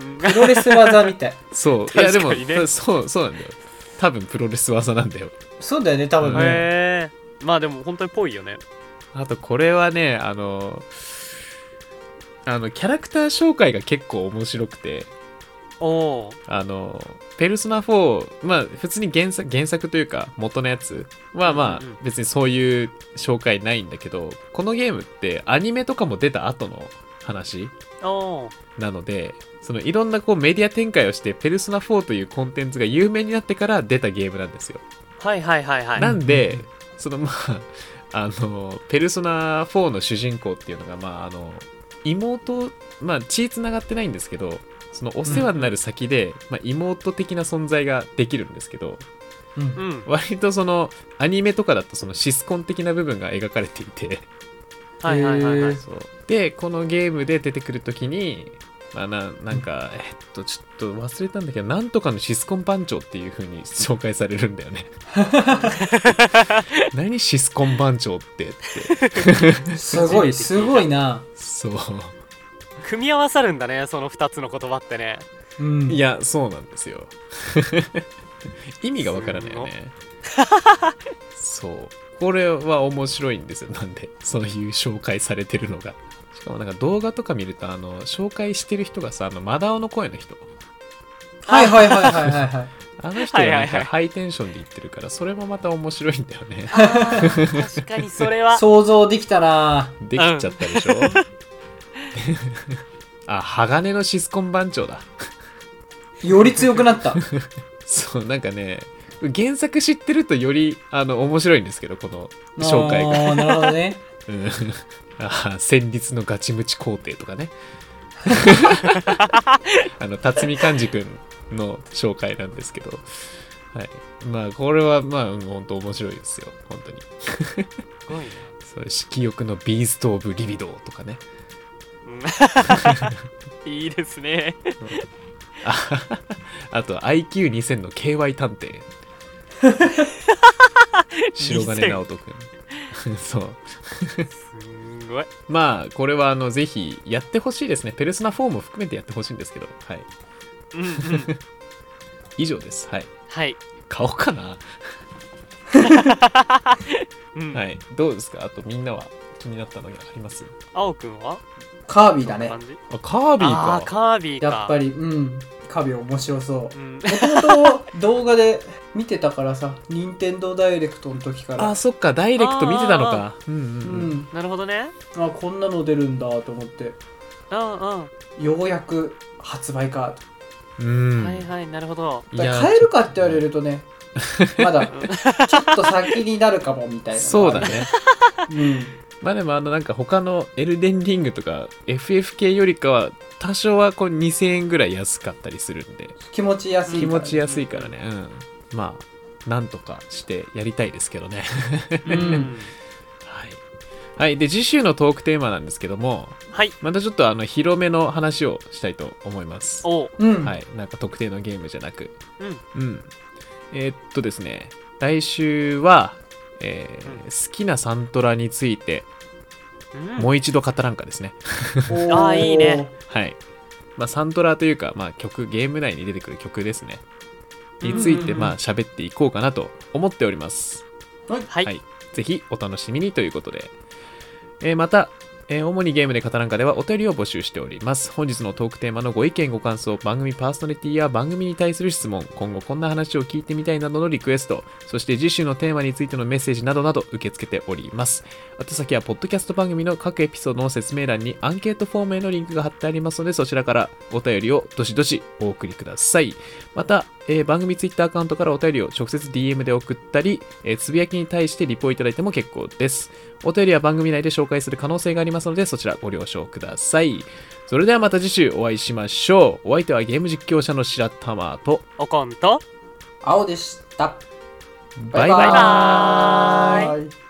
Speaker 1: うん
Speaker 3: プロレス技みたい
Speaker 2: そう。いや、で
Speaker 1: 確
Speaker 2: も
Speaker 1: かにね、
Speaker 2: そう、そうなんだよ。多分プロレス技なんだよ。
Speaker 3: そうだよね多分ね
Speaker 1: へえまあでも本当にぽいよね
Speaker 2: あとこれはねあのあのキャラクター紹介が結構面白くて
Speaker 1: おお
Speaker 2: あの「ペルソナ4」まあ普通に原作原作というか元のやつはま
Speaker 1: うんうんう
Speaker 2: あ別にそういう紹介ないんだけどこのゲームってアニメとかも出た後の話
Speaker 1: お
Speaker 2: なのでそのいろんなこうメディア展開をして「ペルソナ4」というコンテンツが有名になってから出たゲームなんですよ
Speaker 1: ーはいはいはいはい
Speaker 2: なんで、そのまあ、あの、ペルソナ4の主人公っていうのが、まあ、あの、妹、まあ、血繋がってないんですけど、そのお世話になる先で、まあ、妹的な存在ができるんですけど、
Speaker 3: うん
Speaker 1: うん
Speaker 2: 割とその、アニメとかだとそのシスコン的な部分が描かれていて、
Speaker 1: はいはいはいはい
Speaker 3: へ
Speaker 2: そう。で、このゲームで出てくるときに、まあ、ななんか、えっと、ちょっと忘れたんだけど、なんとかのシスコン番長っていう風に紹介されるんだよね。何シスコン番長ってって。
Speaker 3: すごいすごいな
Speaker 2: そう。
Speaker 1: 組み合わさるんだねその2つの言葉ってね
Speaker 3: うん
Speaker 2: いや、そうなんですよ。 意味がわからないよね。そう。これは面白いんですよ。なんで、そういう紹介されてるのが。しかもなんか動画とか見ると、あの、紹介してる人がさ、あの、マダオの声の人。
Speaker 3: はいはいはいはいはいはい
Speaker 2: あの人は
Speaker 1: ははい
Speaker 2: ないん
Speaker 1: はい
Speaker 2: かハイテンションで言ってるからそれもまた面白いんだよね
Speaker 1: 確かにそれは
Speaker 3: 想像できたな
Speaker 2: できちゃったでしょ、 あ鋼のシスコン番長だ
Speaker 3: より強くなった。
Speaker 2: そうなんかね原作知ってるとよりあの面白いんですけどこの紹介が、
Speaker 3: あーなるほどね。
Speaker 2: うん、 あ戦慄のガチムチ皇帝とかねあの辰巳寛治君の紹介なんですけど、はい、まあこれはまあうん本当面白いですよ本当に
Speaker 1: すごいね
Speaker 2: そう色欲のビースト・オブ・リビドーとかね
Speaker 1: うんいいですね
Speaker 2: ああと IQ2000 の KY 探 偵白金直人くん そう
Speaker 1: すんごい
Speaker 2: まあこれはあのぜひやってほしいですねペルソナ4も含めてやってほしいんですけどはい
Speaker 1: うんうん
Speaker 2: 以上ですはい
Speaker 1: はい、
Speaker 2: 買おうかな、
Speaker 1: うん
Speaker 2: はいどうですかあとみんなは気になったのがあります
Speaker 1: 青くんは
Speaker 3: カービィだ
Speaker 1: どんな
Speaker 3: ね。
Speaker 1: 感じ
Speaker 2: あカービィ
Speaker 1: あー
Speaker 2: か
Speaker 1: カービィか
Speaker 3: やっぱり、うん。カービィ面白そう。
Speaker 1: うん、
Speaker 3: もともと動画で見てたからさ、任天堂ダイレクトの時か
Speaker 2: あ
Speaker 3: ら、
Speaker 2: そっかダイレクト見てたのかうん
Speaker 3: う
Speaker 2: うん、うん、
Speaker 3: ん、
Speaker 1: なるほどね
Speaker 3: あこんなの出るんだと思って、
Speaker 1: うんうん、
Speaker 3: ようやく発売かと。
Speaker 2: うん
Speaker 1: はいはいなるほど
Speaker 2: い
Speaker 3: だから
Speaker 2: や
Speaker 3: 買えるかって言われるとね、まだ
Speaker 1: うん
Speaker 3: ちょっと先になるかもみたいな。
Speaker 2: そうだ。ね
Speaker 3: うん。
Speaker 2: まあでもあのなんか他のエルデンリングとか FF 系よりかは多少はこう2000円ぐらい安かったりするんで
Speaker 3: 気持ち安い
Speaker 2: 気
Speaker 3: から
Speaker 2: 持ち安いからね、うん、まあなんとかしてやりたいですけどね
Speaker 1: う
Speaker 3: うんん
Speaker 2: はい、はい、で次週のトークテーマなんですけども
Speaker 1: はい
Speaker 2: またちょっとあの広めの話をしたいと思います
Speaker 1: おう
Speaker 3: うん。
Speaker 2: はいなんか特定のゲームじゃなく
Speaker 1: うん
Speaker 2: うんえーっとですね来週は、えー
Speaker 1: うん
Speaker 2: 好きなサントラについて
Speaker 1: うん
Speaker 2: もう一度語らんかですね
Speaker 3: おー
Speaker 1: あーいいね。
Speaker 2: はい。まあ、サントラというか、まあ、曲、ゲーム内に出てくる曲ですね。
Speaker 1: うん
Speaker 2: につい
Speaker 3: うん
Speaker 2: て、
Speaker 3: うん
Speaker 2: まあ、喋っていこうかなと思っております。
Speaker 1: はい、
Speaker 2: はいぜひ、お楽しみにということで。えーまた、えー主にゲームで語らんかではお便りを募集しております。本日のトークテーマのご意見、ご感想、番組パーソナリティや番組に対する質問、今後こんな話を聞いてみたいなどのリクエスト、そして次週のテーマについてのメッセージなどなど受け付けております。宛先は、ポッドキャスト番組の各エピソードの説明欄にアンケートフォームへのリンクが貼ってありますので、そちらからお便りをどしどしお送りください。また、えー番組ツイッターアカウントからお便りを直接 DM で送ったり、えーつぶやきに対してリポいただいても結構です。お便りは番組内で紹介する可能性がありますので、そちらご了承ください。それではまた次週お会いしましょう。お相手はゲーム実況者の白玉と、
Speaker 1: おこんと
Speaker 3: 青でした。
Speaker 2: バ
Speaker 1: バイ
Speaker 2: イバイ。
Speaker 1: バーイ
Speaker 3: イ。